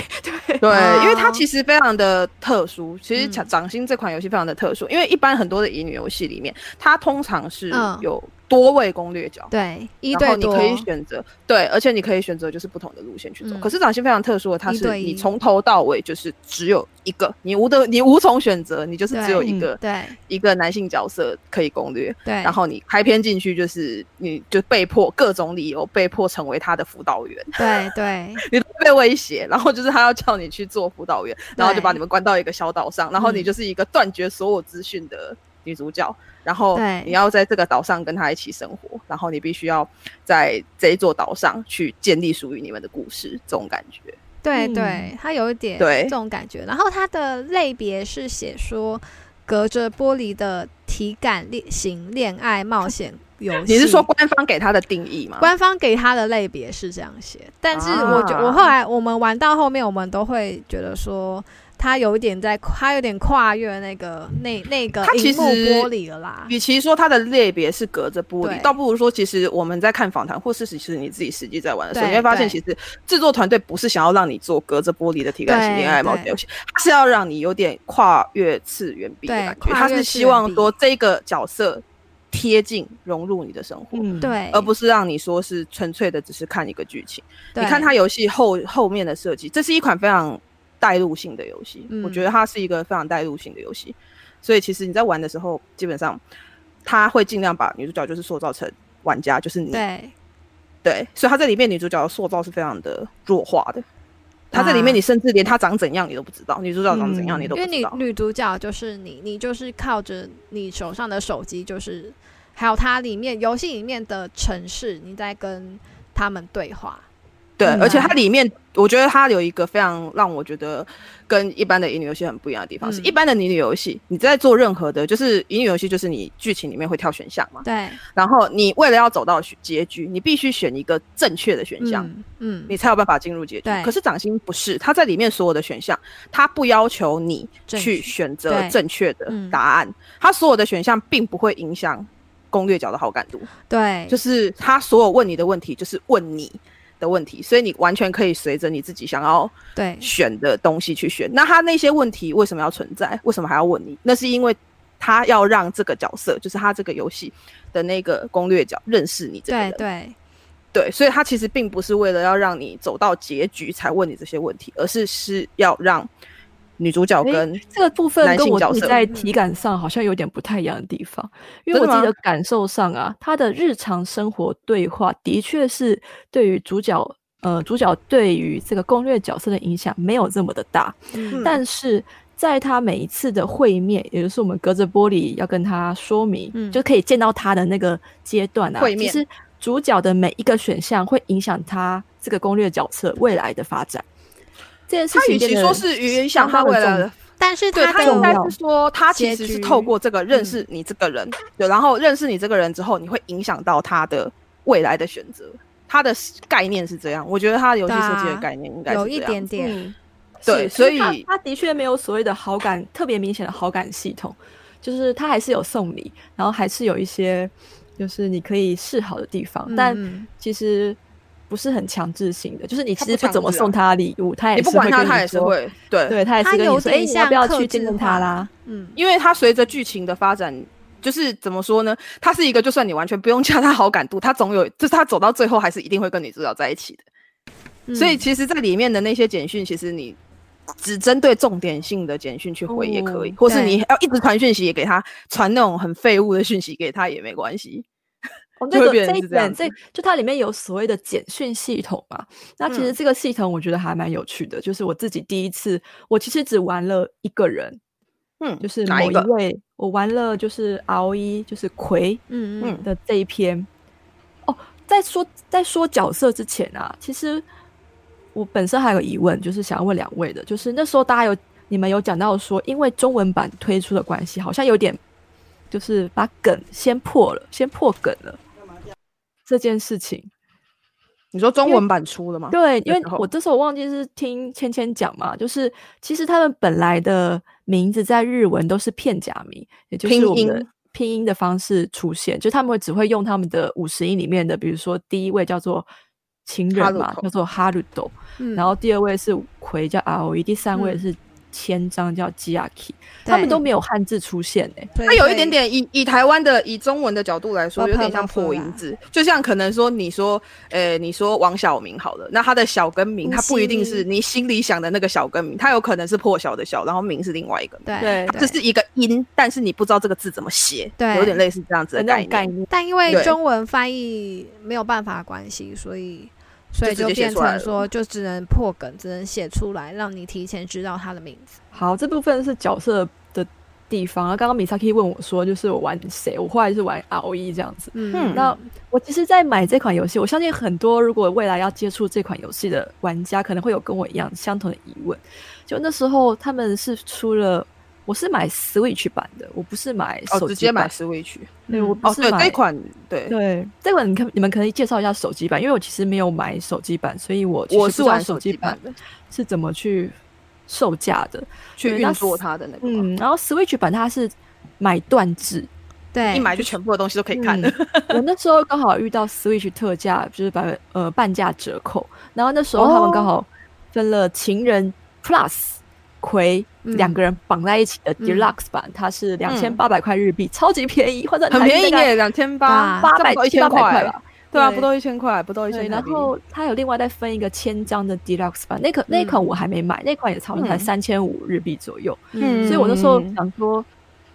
Speaker 2: 对，因为
Speaker 1: 啊
Speaker 2: 它
Speaker 3: 哦
Speaker 2: 其实非常的特殊。其实
Speaker 3: 嗯
Speaker 2: 掌掌心这款游戏非常的特殊，因为一般很多的乙女游戏里面，它通常是
Speaker 3: 嗯
Speaker 2: 有多位攻略角。
Speaker 3: 对，一
Speaker 2: 然后
Speaker 3: 对
Speaker 2: 你
Speaker 3: 多，
Speaker 2: 可以选择对，而且你可以选择就是不同的路线去走。
Speaker 3: 嗯
Speaker 2: 可是掌心非常特殊的，它
Speaker 3: 一
Speaker 2: 是
Speaker 3: 对
Speaker 2: 你
Speaker 3: 一
Speaker 2: 从头到尾就是只有一个，你无的你无从选择，你就是只有一
Speaker 1: 对
Speaker 2: 个
Speaker 3: 对
Speaker 2: 一个男性角色可以攻略。
Speaker 3: 对，
Speaker 2: 然后你开篇进去就是你就被迫各种理由被迫成为他的辅导员，
Speaker 3: 对对
Speaker 2: 你都被威胁，然后就是他要叫你去做辅导员，然后就把你们关到一个小岛上，然后你
Speaker 3: 嗯
Speaker 2: 就是一个断绝所有资讯的女主角，然后
Speaker 3: 对
Speaker 2: 你要在这个岛上跟他一起生活，然后你必须要在这一座岛上去建立属于你们的故事，这种感觉。
Speaker 3: 对
Speaker 1: 嗯
Speaker 3: 对，它有一点
Speaker 2: 对
Speaker 3: 这种感觉。然后它的类别是写说，隔着玻璃的体感恋型恋爱冒险 游戏。
Speaker 2: 你是说官方给他的定义吗？
Speaker 3: 官方给它的类别是这样写？但是我觉、我
Speaker 2: 啊
Speaker 3: 后来我们玩到后面，我们都会觉得说，它有一点在，它有点跨越那个那那个
Speaker 2: 它其
Speaker 3: 荧幕
Speaker 2: 实
Speaker 3: 玻璃了啦。
Speaker 2: 与其说它的类别是隔着玻
Speaker 3: 对
Speaker 2: 璃，倒不如说其实我们在看访谈，或是其实你自己实际在玩的时候，
Speaker 3: 对
Speaker 2: 你会发现
Speaker 3: 对
Speaker 2: 其实制作团队不是想要让你做隔着玻璃的体感型
Speaker 3: 对
Speaker 2: 恋爱冒险游戏，它是要让你有点跨越次元壁的
Speaker 3: 对
Speaker 2: 感觉，
Speaker 3: 跨
Speaker 2: 它
Speaker 3: 越
Speaker 2: 是
Speaker 3: 次
Speaker 2: 希
Speaker 3: 元
Speaker 2: 望
Speaker 3: 壁
Speaker 2: 说这个角色贴近融入你的生活。
Speaker 1: 嗯，
Speaker 3: 对，
Speaker 2: 呃而不是让你说是纯粹的只是看一个剧情。你看它
Speaker 3: 它
Speaker 2: 游戏后后面的设计，这是一款非常带入性的游戏，
Speaker 3: 嗯
Speaker 2: 我觉得它是一个非常带入性的游戏。所以其实你在玩的时候，基本上他会尽量把女主角就是塑造成玩家，就是你
Speaker 3: 对
Speaker 2: 对所以他在里面女主角的塑造是非常的弱化的。他在里面，
Speaker 3: 啊
Speaker 2: 你甚至连她长怎样你都不知道，女主角长怎样
Speaker 1: 嗯
Speaker 2: 你都
Speaker 3: 因为
Speaker 2: 不知
Speaker 3: 你
Speaker 2: 道。
Speaker 3: 女主角就是你，你就是靠着你手上的手机，就是还有它里面游戏里面的城市，你在跟他们对话。
Speaker 2: 对，
Speaker 1: 嗯
Speaker 2: 而且它里面，我觉得它有一个非常让我觉得跟一般的乙女游戏很不一样的地方，是
Speaker 3: 嗯
Speaker 2: 一般的乙女游戏，你在做任何的，就是乙女游戏，就是你剧情里面会跳选项嘛，
Speaker 3: 对，
Speaker 2: 然后你为了要走到结局，你必须选一个正确的选项，
Speaker 3: 嗯嗯，
Speaker 2: 你才有办法进入结局
Speaker 3: 对。
Speaker 2: 可是掌心不是，它在里面所有的选项，它不要求你
Speaker 3: 正
Speaker 2: 去
Speaker 3: 确
Speaker 2: 选择
Speaker 3: 对
Speaker 2: 正确的
Speaker 3: 嗯
Speaker 2: 答案，它所有的选项并不会影响攻略角的好感度，
Speaker 3: 对，
Speaker 2: 就是它所有问你的问题就是问你。的问题，所以你完全可以随着你自己想要
Speaker 3: 对
Speaker 2: 选的东西去选。那他那些问题为什么要存在？为什么还要问你？那是因为他要让这个角色，就是他这个游戏的那个攻略角认识你这个
Speaker 3: 对
Speaker 2: 人。
Speaker 3: 对
Speaker 2: 对，所以他其实并不是为了要让你走到结局才问你这些问题，而是是要让女主角跟、
Speaker 1: 这个部分
Speaker 2: 男
Speaker 1: 跟
Speaker 2: 性
Speaker 1: 我
Speaker 2: 角
Speaker 1: 自己
Speaker 2: 色嗯
Speaker 1: 在体感上好像有点不太一样的地方，因为
Speaker 2: 真
Speaker 1: 我
Speaker 2: 的
Speaker 1: 自己
Speaker 2: 吗
Speaker 1: 的感受上啊，他的日常生活对话的确是对于主角呃主角对于这个攻略角色的影响没有这么的大，
Speaker 3: 嗯
Speaker 1: 但是在他每一次的会面，也就是我们隔着玻璃要跟他说明，
Speaker 3: 嗯
Speaker 1: 就可以见到他的那个阶段啊，
Speaker 2: 会
Speaker 1: 其
Speaker 2: 面
Speaker 1: 实主角的每一个选项会影响他这个攻略角色未来的发展。这件事
Speaker 2: 他
Speaker 1: 情
Speaker 2: 与其
Speaker 1: 变得
Speaker 2: 说是语言想
Speaker 1: 相
Speaker 2: 他
Speaker 1: 当
Speaker 2: 未
Speaker 1: 的
Speaker 2: 来
Speaker 1: 重
Speaker 2: 的
Speaker 3: 但是
Speaker 2: 对
Speaker 3: 他
Speaker 2: 他
Speaker 1: 的
Speaker 2: 应该
Speaker 1: 重要
Speaker 2: 是说，他其实
Speaker 3: 结
Speaker 2: 是
Speaker 3: 局
Speaker 2: 透过这个认识你这个人，对，然后认识你这个人之后，你会影响到他的未来的选择。他的概念是这样，我觉得他游戏设计
Speaker 3: 对
Speaker 2: 的
Speaker 3: 啊
Speaker 2: 概念应该是
Speaker 3: 有
Speaker 2: 这
Speaker 3: 一
Speaker 2: 样
Speaker 3: 点点，
Speaker 1: 嗯，
Speaker 2: 对
Speaker 1: 是所
Speaker 2: 所
Speaker 1: 他
Speaker 2: 以
Speaker 1: 他的确没有所谓的好感特别明显的好感系统，就是他还是有送礼，然后还是有一些就是你可以示好的地方，但
Speaker 3: 嗯
Speaker 1: 其实不是很强制性的，就是你其
Speaker 2: 他不
Speaker 1: 实不
Speaker 2: 强
Speaker 1: 怎么
Speaker 2: 制啊
Speaker 1: 送他礼物，他也
Speaker 2: 你
Speaker 1: 是
Speaker 2: 不管
Speaker 1: 会
Speaker 2: 他，
Speaker 1: 跟
Speaker 2: 他
Speaker 1: 你
Speaker 2: 也是
Speaker 1: 说，
Speaker 2: 会对，
Speaker 1: 对他也
Speaker 3: 他
Speaker 1: 是跟
Speaker 3: 有
Speaker 1: 你说，
Speaker 3: 点
Speaker 1: 哎，你要
Speaker 3: 像
Speaker 1: 不要
Speaker 3: 克
Speaker 1: 去见
Speaker 3: 制
Speaker 1: 见
Speaker 3: 化
Speaker 1: 他啦？
Speaker 3: 嗯
Speaker 2: 因为它随着剧情的发展，就是怎么说呢？它是一个，就算你完全不用 加他好感度，他总有，就是他走到最后还是一定会跟女主角在一起的。
Speaker 3: 嗯，
Speaker 2: 所以其实，在里面的那些简讯，其实你只针对重点性的简讯去回也可以，
Speaker 1: 哦
Speaker 2: 或是
Speaker 3: 对
Speaker 2: 你要一直传讯息给他，传那种很废物的讯息给他也没关系。
Speaker 1: 哦，这
Speaker 2: 就会
Speaker 1: 个
Speaker 2: 变成
Speaker 1: 这一
Speaker 2: 是这样
Speaker 1: 点，这就它里面有所谓的简讯系统嘛。那其实
Speaker 2: 嗯
Speaker 1: 这个系统我觉得还蛮有趣的，就是我自己第一次，我其实只玩了一个人，
Speaker 2: 嗯，
Speaker 1: 就是
Speaker 2: 哪
Speaker 1: 某
Speaker 2: 一
Speaker 1: 一
Speaker 2: 个
Speaker 1: 位，我玩了就是 R O E，就是葵
Speaker 3: 嗯嗯
Speaker 2: 嗯
Speaker 1: 的这一篇。哦，在说在说角色之前啊，其实我本身还有疑问，就是想要问两位的，就是那时候大家有你们有讲到说，因为中文版推出的关系，好像有点就是把梗先破了，先破梗了这件事情。
Speaker 2: 你说中
Speaker 1: 因为
Speaker 2: 文版出了吗？
Speaker 1: 对，
Speaker 2: 那
Speaker 1: 因为
Speaker 2: 时候
Speaker 1: 我这时候我忘记是听芊芊讲嘛，就是其实他们本来的名字在日文都是片假名，也就
Speaker 2: 拼
Speaker 1: 是我们的
Speaker 2: 音
Speaker 1: 拼音的方式出现，就他们会只会用他们的五十音里面的，比如说第一位叫做情人嘛，
Speaker 2: Haruto
Speaker 1: 叫做哈鲁斗，
Speaker 3: 嗯
Speaker 1: 然后第二位是葵叫 R O E，第三位
Speaker 3: 嗯
Speaker 1: 是千张叫 j a k i 他们
Speaker 3: 对
Speaker 1: 都没有汉字出现哎、
Speaker 3: 对
Speaker 2: 它有一
Speaker 3: 对
Speaker 2: 点点以以台湾的以中文的角度来说，
Speaker 3: 我
Speaker 2: 有点
Speaker 3: 怕
Speaker 2: 像
Speaker 3: 麻烦
Speaker 2: 破音
Speaker 3: 啦
Speaker 2: 字，就像可能说你说，呃，你说王小明好了，那他的小跟明，
Speaker 3: 嗯
Speaker 2: 他不一定
Speaker 3: 心
Speaker 2: 是你心里想的那个小跟明，他有可能是破晓的晓，然后明是另外一个明，
Speaker 3: 对
Speaker 1: 对
Speaker 2: 它只是一个音，但是你不知道这个字怎么写，
Speaker 3: 对
Speaker 2: 有点类似这样子
Speaker 1: 的
Speaker 2: 的
Speaker 1: 那
Speaker 2: 概
Speaker 1: 种概
Speaker 2: 念。
Speaker 1: 念。
Speaker 3: 但因为
Speaker 2: 对
Speaker 3: 中文翻译没有办法的关系，所以所以
Speaker 2: 就直
Speaker 3: 就
Speaker 2: 接写
Speaker 3: 变
Speaker 2: 出来
Speaker 3: 成
Speaker 2: 了
Speaker 3: 说，就只能破梗，只能写出来，让你提前知道他的名字。
Speaker 1: 好，这部分是角色的地方。啊，刚刚米萨 K 问我说，就是我玩谁？我后来是玩 R O E 这样子。
Speaker 3: 嗯，
Speaker 1: 那我其实，在买这款游戏，我相信很多如果未来要接触这款游戏的玩家，可能会有跟我一样相同的疑问。就那时候他们是出了，我是买 Switch 版的，我不是买手机版，
Speaker 2: 哦，直接买 Switch
Speaker 1: 对，我
Speaker 3: 嗯
Speaker 1: 不
Speaker 2: 哦，
Speaker 1: 是
Speaker 2: 对，
Speaker 1: 买、
Speaker 2: 这一款对，
Speaker 1: 对这款，你看你们可以介绍一下手机版，因为我其实没有买手机版，所以我其实
Speaker 2: 我
Speaker 1: 不知
Speaker 2: 是
Speaker 1: 道
Speaker 2: 玩
Speaker 1: 手
Speaker 2: 手
Speaker 1: 机
Speaker 2: 机
Speaker 1: 版
Speaker 2: 版的，
Speaker 1: 是怎么去售价的。
Speaker 2: 去
Speaker 1: 对那
Speaker 2: 运作它的那个嘛，
Speaker 1: 嗯，然后 Switch 版它是买断制，
Speaker 3: 对，
Speaker 2: 一买就全部的东西都可以看
Speaker 1: 哎 嗯。我那时候刚好遇到 Switch 特价，就是百分呃半价折扣，然后那时候他
Speaker 2: 哦
Speaker 1: 们刚好分了情人 Plus 葵
Speaker 3: 嗯
Speaker 1: 两个人绑在一起的
Speaker 3: 嗯
Speaker 1: Deluxe 版，它是两千八百块日币，超级便宜，换算
Speaker 2: 很便宜
Speaker 1: 耶，
Speaker 2: 耶，两千
Speaker 3: 啊
Speaker 2: 八，
Speaker 1: 八百
Speaker 2: 到一
Speaker 1: 七
Speaker 2: 千
Speaker 1: 八百
Speaker 2: 块
Speaker 1: 块
Speaker 2: 吧
Speaker 1: 吧。
Speaker 2: 对啊，
Speaker 1: 对
Speaker 2: 不到一千块，不到一
Speaker 1: 对，
Speaker 2: 千。
Speaker 1: 然 后它有另外再分一个千张的 Deluxe 版，那个那一款我还没买，那款也差不多才
Speaker 2: 嗯
Speaker 1: 三千五日币左右，
Speaker 2: 嗯
Speaker 1: 所以我那时候想说。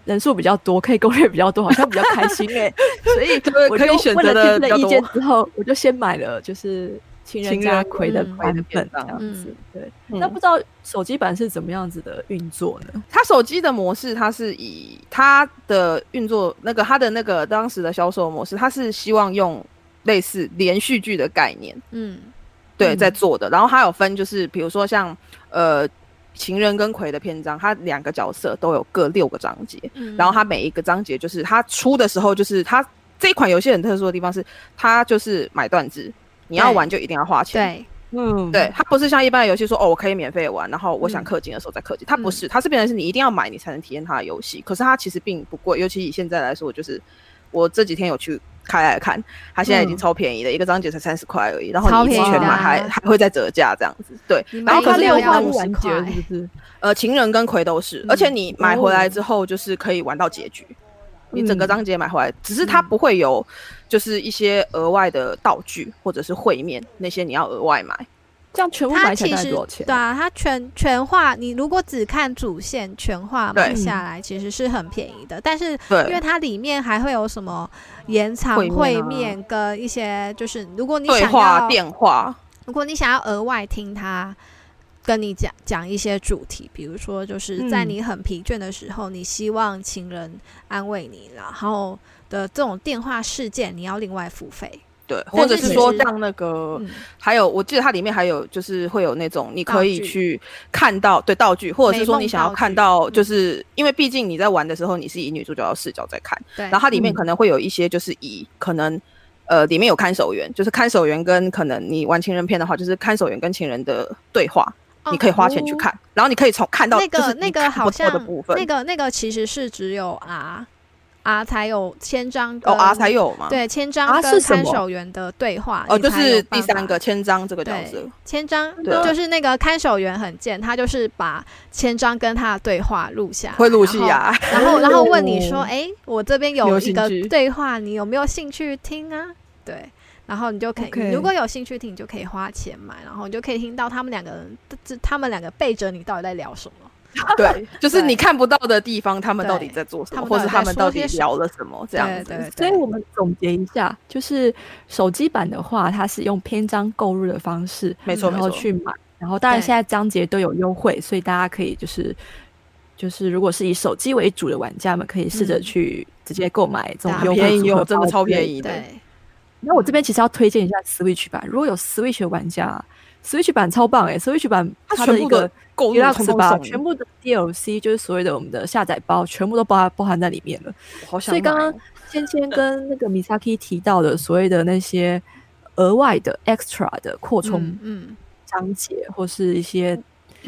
Speaker 1: 人数比较多，可以攻略比较多，好像比较开心哎、所以
Speaker 2: 对
Speaker 1: 我
Speaker 2: 可
Speaker 1: 就
Speaker 2: 以选
Speaker 1: 问
Speaker 2: 择
Speaker 1: 了
Speaker 2: 的
Speaker 1: 天的意
Speaker 2: 比较多
Speaker 1: 见之后，我就先买了就是情人
Speaker 2: 情
Speaker 1: 家
Speaker 2: 人
Speaker 1: 葵的
Speaker 3: 嗯
Speaker 1: 版
Speaker 2: 葵的
Speaker 1: 本
Speaker 2: 便
Speaker 1: 这
Speaker 2: 当
Speaker 1: 样子。对，
Speaker 2: 嗯
Speaker 1: 那不知道手机版是怎么样子的运作呢？
Speaker 2: 它手机的模式，它是以它的运作那个它的那个当时的销售模式，它是希望用类似连续剧的概念，
Speaker 3: 嗯
Speaker 2: 对，
Speaker 1: 嗯
Speaker 2: 在做的。然后它有分，就是比如说像呃情人跟葵的篇章，它两个角色都有各六个章节，
Speaker 3: 嗯，
Speaker 2: 然后它每一个章节就是它出的时候，就是它这一款游戏很特殊的地方是，它就是买断制，你要
Speaker 3: 对
Speaker 2: 玩就一定要花钱。
Speaker 3: 对
Speaker 1: 嗯，
Speaker 2: 对，它不是像一般的游戏说哦，我可以免费玩，然后我想
Speaker 3: 嗯
Speaker 2: 氪金的时候再氪金。它不
Speaker 3: 嗯
Speaker 2: 是，它是变成是你一定要买你才能体验它的游戏。可是它其实并不贵，尤其以现在来说，就是我这几天有去开来看，它现在已经
Speaker 1: 嗯
Speaker 2: 超便宜的，一个章节才三十块而已，然后
Speaker 3: 超
Speaker 2: 你一次
Speaker 1: 便宜
Speaker 2: 全
Speaker 1: 的
Speaker 2: 买
Speaker 1: 啊
Speaker 2: 还还会再折价这样子。对
Speaker 3: 你，买
Speaker 2: 然后
Speaker 3: 一个
Speaker 2: 可是
Speaker 1: 六
Speaker 2: 有
Speaker 3: 六要
Speaker 1: 花
Speaker 2: 款
Speaker 1: 不
Speaker 3: 50
Speaker 1: 完结
Speaker 3: 块
Speaker 1: 是不是？
Speaker 2: 呃，情人跟葵都是，而且
Speaker 3: 嗯
Speaker 2: 你买回
Speaker 3: 哦
Speaker 2: 来之后就是可以玩到结局。你整个
Speaker 1: 嗯
Speaker 2: 章节买回来，只是它
Speaker 3: 嗯
Speaker 2: 不会有，就是一些额外的道具或者是会面那些你要额外买，
Speaker 1: 这样全部
Speaker 3: 它
Speaker 1: 买起
Speaker 3: 其
Speaker 1: 来大概
Speaker 3: 实
Speaker 1: 多少钱？
Speaker 3: 对啊，它全全画，你如果只看主线全画
Speaker 2: 对
Speaker 3: 买下来，其实是很便宜的。但是
Speaker 2: 对，
Speaker 3: 因为它里面还会有什么延长
Speaker 2: 会面啊
Speaker 3: 会面跟一些，就是如果你
Speaker 2: 对
Speaker 3: 想
Speaker 2: 话
Speaker 3: 要，
Speaker 2: 电话，
Speaker 3: 如果你想要额外听它跟你讲讲一些主题，比如说就是在
Speaker 1: 嗯
Speaker 3: 你很疲倦的时候，你希望情人安慰你，然后的这种电话事件，你要另外付费。
Speaker 2: 对，
Speaker 3: 但
Speaker 2: 或者
Speaker 3: 是
Speaker 2: 是
Speaker 3: 其
Speaker 2: 说
Speaker 3: 实
Speaker 2: 像那个，
Speaker 3: 嗯，
Speaker 2: 还有我记得它里面还有就是会有那种你可以
Speaker 3: 道具
Speaker 2: 去看到对道具，或者是说
Speaker 3: 美梦
Speaker 2: 你想要
Speaker 3: 道具嗯
Speaker 2: 看到，就是因为毕竟你在玩的时候你是以女主角的视角在看，
Speaker 3: 对。
Speaker 2: 然后它里面
Speaker 1: 嗯
Speaker 2: 可能会有一些就是以可能。呃，里面有看守员，就是看守员跟可能你玩情人片的话，就是看守员跟情人的对话，
Speaker 3: 哦
Speaker 2: 你可以花钱去看，然后你可以从看到
Speaker 3: 那
Speaker 2: 就是
Speaker 3: 个
Speaker 2: 你
Speaker 3: 那个
Speaker 2: 看不
Speaker 3: 好
Speaker 2: 到
Speaker 3: 像
Speaker 2: 的部分，
Speaker 3: 那个那个其实是只有 R R 才有千张跟
Speaker 2: 哦 R 才有啊嘛，，
Speaker 3: 呃对千张
Speaker 1: R
Speaker 3: 跟
Speaker 1: 是什
Speaker 3: 看
Speaker 1: 么
Speaker 3: 守员的对话
Speaker 2: 哦，
Speaker 3: 你
Speaker 2: 就
Speaker 3: 才有
Speaker 2: 是第
Speaker 3: 办
Speaker 2: 三
Speaker 3: 法
Speaker 2: 个千张这个角色
Speaker 3: 对，千张
Speaker 2: 对啊
Speaker 3: 就是那个看守员很贱，他就是把千张跟他的对话录下来，
Speaker 2: 会录戏
Speaker 3: 然后
Speaker 2: 啊，
Speaker 3: 然 后然后问你
Speaker 1: 哦
Speaker 3: 说，哎，我这边
Speaker 1: 有
Speaker 3: 有一
Speaker 1: 兴
Speaker 3: 个
Speaker 1: 趣
Speaker 3: 对话，你有没有兴趣听啊？对。然后你就可以
Speaker 1: OK
Speaker 3: 你如果有兴趣听，你就可以花钱买，然后你就可以听到他们两个人，这他们两个背着你到底在聊什么。
Speaker 2: 对，就是
Speaker 3: 对
Speaker 2: 你看不到的地方，他们到底
Speaker 3: 对
Speaker 2: 在做什
Speaker 3: 他
Speaker 2: 么，
Speaker 3: 们到
Speaker 2: 或者
Speaker 3: 底
Speaker 2: 他
Speaker 3: 在
Speaker 2: 们
Speaker 3: 说
Speaker 2: 到
Speaker 3: 些
Speaker 2: 底
Speaker 3: 什
Speaker 2: 聊了什么，这样
Speaker 3: 对
Speaker 2: 子。
Speaker 3: 对
Speaker 1: 所以我们总结一下，就是手机版的话，它是用篇章购入的方式，
Speaker 2: 没错
Speaker 1: 然
Speaker 2: 没
Speaker 1: 后
Speaker 2: 错，
Speaker 1: 去买。然后当然
Speaker 3: 对
Speaker 1: 现在章节都有优惠，所以大家可以就是就是如果是以手机为主的玩家们，可以试着
Speaker 3: 嗯
Speaker 1: 去直接购买这种
Speaker 3: 对啊
Speaker 1: 优
Speaker 2: 很
Speaker 1: 惠
Speaker 2: 便宜
Speaker 1: 组合
Speaker 2: 哦，真的
Speaker 1: 包
Speaker 2: 超
Speaker 1: 之类
Speaker 2: 便。宜的。
Speaker 3: 对，
Speaker 1: 那我这边其实要推荐一下 Switch 版，如果有 Switch 的玩家，Switch 版超棒哎、s w i t c h 版
Speaker 2: 它
Speaker 1: 的
Speaker 2: 全
Speaker 1: 一
Speaker 2: 部
Speaker 1: 个
Speaker 2: 的购入
Speaker 1: Deluxe
Speaker 2: 通
Speaker 1: 吧，
Speaker 2: 送
Speaker 1: 全部的 DLC 就是所谓的我们的下载包，全部都包含包含在里面了。
Speaker 2: 我好想
Speaker 1: 所以刚
Speaker 2: 买
Speaker 1: 刚
Speaker 2: 哦
Speaker 1: 芊芊跟那个 Misaki 提到的所谓的那些额外的 extra 的扩充
Speaker 3: 嗯嗯，
Speaker 1: 章节、或是一些
Speaker 2: 嗯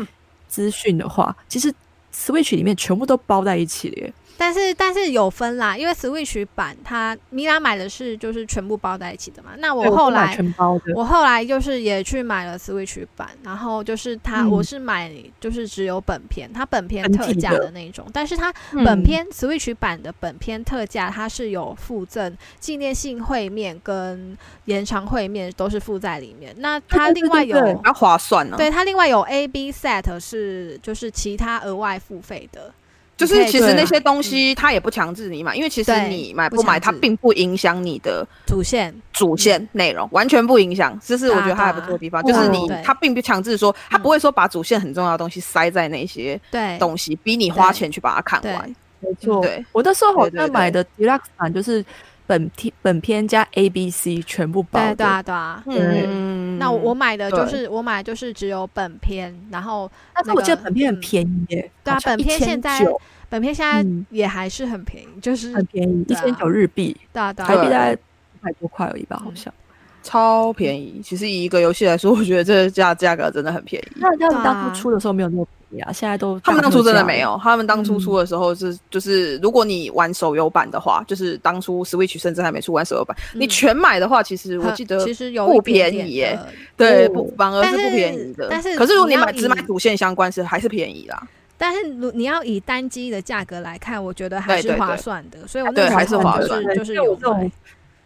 Speaker 1: 资讯的话，其实 Switch 里面全部都包在一起了耶。
Speaker 3: 但是但是有分啦，因为 Switch 版它米拉买的是就是全部包在一起的嘛。那我
Speaker 1: 对都
Speaker 3: 后
Speaker 1: 买
Speaker 3: 来
Speaker 1: 全包的，
Speaker 3: 我后来就是也去买了 Switch 版，然后就是它、
Speaker 1: 嗯
Speaker 3: 我是买就是只有本片，它本片
Speaker 1: 本
Speaker 3: 特
Speaker 1: 体
Speaker 3: 价
Speaker 1: 的
Speaker 3: 的那种，但是它
Speaker 1: 嗯
Speaker 3: 本片、Switch 版的本片特价它是有附赠纪念性会面跟延长会面都是附在里面。那它
Speaker 1: 对对
Speaker 3: 另外
Speaker 1: 对
Speaker 3: 有
Speaker 1: 对
Speaker 2: 比较划算哦呢。
Speaker 3: 对，它另外有 A B set 是就是其他额外付费的，
Speaker 2: 就
Speaker 3: 你
Speaker 2: 是
Speaker 3: 可以
Speaker 2: 其
Speaker 3: 去
Speaker 2: 实那
Speaker 3: 买
Speaker 2: 些东
Speaker 3: 嗯
Speaker 2: 西它也不强制你买，因为其实
Speaker 3: 对
Speaker 2: 你买
Speaker 3: 不
Speaker 2: 不买，它
Speaker 3: 强制
Speaker 2: 并不影响你的
Speaker 3: 主线
Speaker 2: 主线内容，完全不影响。这是我觉得它还不错的地方，
Speaker 1: 对
Speaker 2: 就
Speaker 1: 啊
Speaker 2: 是你
Speaker 3: 对嗯
Speaker 2: 它并不强制说，它不会说把主线很重要的东西塞在那些
Speaker 3: 对
Speaker 2: 东西，逼你花
Speaker 3: 对
Speaker 2: 钱去把它看
Speaker 3: 对
Speaker 2: 完。
Speaker 3: 嗯
Speaker 1: 没错。
Speaker 2: 对
Speaker 1: 我那时候好
Speaker 2: 对对
Speaker 1: 像买的 Deluxe 版就是本片本片加 A B C 全部包
Speaker 3: 对
Speaker 1: 的。
Speaker 3: 对啊对啊。
Speaker 1: 对
Speaker 2: 嗯
Speaker 3: 那我我买的就
Speaker 2: 对
Speaker 3: 是我买的就是只有本片，然后
Speaker 1: 但是
Speaker 3: 那
Speaker 1: 我记得
Speaker 3: 个
Speaker 1: 本片
Speaker 3: 嗯
Speaker 1: 很便宜耶，
Speaker 3: 对啊
Speaker 1: 好像
Speaker 3: 本片现在
Speaker 1: 1900
Speaker 3: 本片现在
Speaker 1: 嗯
Speaker 3: 也还是很便宜，就是
Speaker 1: 很便宜，一
Speaker 3: 对啊
Speaker 1: 千九日币，
Speaker 3: 对啊对
Speaker 1: 台币
Speaker 3: 啊
Speaker 2: 对
Speaker 1: 大概一百多块而已吧，好
Speaker 3: 嗯
Speaker 1: 像。
Speaker 2: 超便宜。其实以一个游戏来说，我觉得这价价格真的很便宜。
Speaker 1: 那他们当
Speaker 3: 对啊
Speaker 1: 初出的时候没有那么便宜啊，现在都
Speaker 2: 他们
Speaker 1: 大
Speaker 2: 当
Speaker 1: 特
Speaker 2: 初真的
Speaker 1: 价
Speaker 2: 没
Speaker 1: 了。
Speaker 2: 有，他们当初
Speaker 1: 嗯
Speaker 2: 出的时候是、就是，如果你玩手游版的话，就是当初 Switch 甚至还没出玩手游版，你
Speaker 3: 嗯
Speaker 2: 全买的话，其实我
Speaker 3: 很
Speaker 2: 记得
Speaker 3: 其实有
Speaker 2: 不
Speaker 3: 一点
Speaker 2: 便
Speaker 3: 点
Speaker 2: 宜耶
Speaker 3: 的
Speaker 2: 嗯对
Speaker 1: 哦
Speaker 2: 不反而
Speaker 3: 但
Speaker 2: 是不
Speaker 3: 是
Speaker 2: 便宜的。
Speaker 3: 但是
Speaker 2: 可是如果
Speaker 3: 你
Speaker 2: 你
Speaker 3: 要
Speaker 2: 买只买
Speaker 3: 以
Speaker 2: 主线相关是还是便宜啦，
Speaker 3: 但是如你要以单机的价格来看，我觉得还
Speaker 2: 对
Speaker 3: 是
Speaker 2: 对
Speaker 3: 划
Speaker 2: 对
Speaker 3: 算的，所以我
Speaker 2: 对
Speaker 3: 那时
Speaker 2: 还是
Speaker 3: 候
Speaker 2: 划
Speaker 3: 就
Speaker 2: 算
Speaker 3: 是
Speaker 1: 对
Speaker 3: 就是
Speaker 1: 因为
Speaker 3: 有
Speaker 1: 我这种
Speaker 3: 买嗯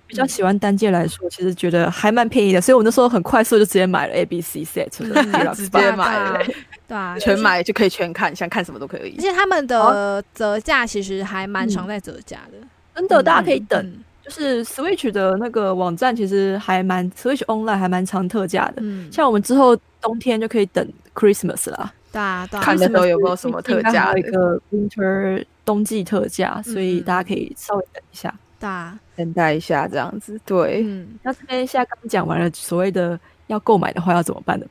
Speaker 1: 比较喜欢单机来说，其实觉得还蛮便宜的，所以我那时候很快速就直接买了 A B C set 的
Speaker 3: 嗯
Speaker 1: Deluxe
Speaker 2: 直
Speaker 1: 版
Speaker 3: 对
Speaker 2: 接
Speaker 3: 啊
Speaker 2: 买了
Speaker 3: 对啊对啊，
Speaker 2: 全
Speaker 3: 就是。
Speaker 2: 买哦就可以全看，想看什么都可以
Speaker 3: 而。且他们的折价其实还蛮
Speaker 2: 嗯
Speaker 3: 常在折价的，
Speaker 1: 真的，大家可以等。
Speaker 3: 嗯，
Speaker 1: 就是 Switch 的那个网站，其实还蛮 Switch Online 还蛮常特价的。
Speaker 3: 嗯，
Speaker 1: 像我们之后冬天就可以等 Christmas 啦，
Speaker 3: 对啊对啊，
Speaker 2: 看
Speaker 1: 的
Speaker 2: 的时候有没有什么特
Speaker 1: 有
Speaker 2: 价的
Speaker 1: 一个 Winter 冬季特价，所以
Speaker 3: 嗯
Speaker 1: 大家可以稍微等一下。
Speaker 3: 对啊，
Speaker 2: 等待一下这样子，对，
Speaker 3: 嗯，
Speaker 1: 那这边现在刚讲完了所谓的要购买的话要怎么办的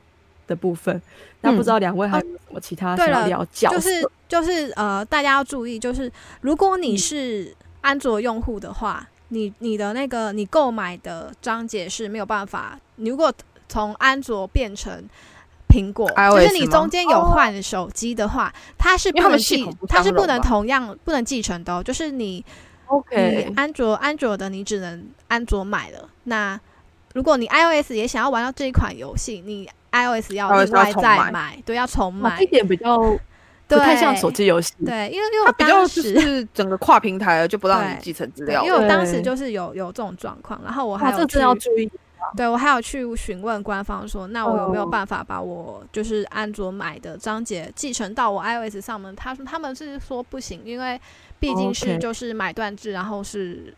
Speaker 1: 的部分，那
Speaker 3: 嗯
Speaker 1: 不知道两位还有没有什么其他想要聊角色？
Speaker 3: 哦就是就是呃，大家要注意，就是如果你
Speaker 2: 嗯
Speaker 3: 是安卓用户的话，你你的那个你购买的章节是没有办法，你如果从安卓变成。苹果就是
Speaker 2: iOS
Speaker 3: 你
Speaker 2: 吗
Speaker 3: 中间
Speaker 1: 哦
Speaker 3: 有换手机的话，它是
Speaker 2: 因
Speaker 3: 不
Speaker 2: 为他
Speaker 3: 能
Speaker 2: 们系
Speaker 3: 继
Speaker 2: 统不，
Speaker 3: 它是
Speaker 2: 相容
Speaker 3: 不能
Speaker 2: 吧
Speaker 3: 同样不能继承的、哦。就是你你
Speaker 1: OK，
Speaker 3: 安卓安卓的你只能安卓买了。那如果你 iOS 也想要玩到这一款游戏，你 iOS 要
Speaker 2: iOS
Speaker 3: 另外
Speaker 2: 要重
Speaker 3: 再
Speaker 2: 买
Speaker 3: 买，对，要重
Speaker 1: 哇
Speaker 3: 买
Speaker 1: 这一。点比较哦不
Speaker 3: 对，
Speaker 1: 太像手机游戏。
Speaker 3: 对，因为因为我
Speaker 2: 它嗯比较
Speaker 3: 当
Speaker 2: 就
Speaker 3: 时，
Speaker 2: 是整个跨平台了，就不让
Speaker 3: 对
Speaker 2: 你继承资
Speaker 3: 对
Speaker 2: 料
Speaker 3: 因为
Speaker 2: 了。
Speaker 3: 我当时
Speaker 1: 对
Speaker 3: 就是有有这种状况，然后我
Speaker 1: 哇，
Speaker 3: 还
Speaker 1: 这
Speaker 3: 有
Speaker 1: 个
Speaker 3: 去
Speaker 1: 真的要注意。方。
Speaker 3: 对我还有去询问官方说，那我有
Speaker 2: 哦
Speaker 3: 没有办法把我就是安卓买的章节继承到我 iOS 上面？他说他们是说不行，因为毕竟是
Speaker 1: OK
Speaker 3: 就是买断制，然后是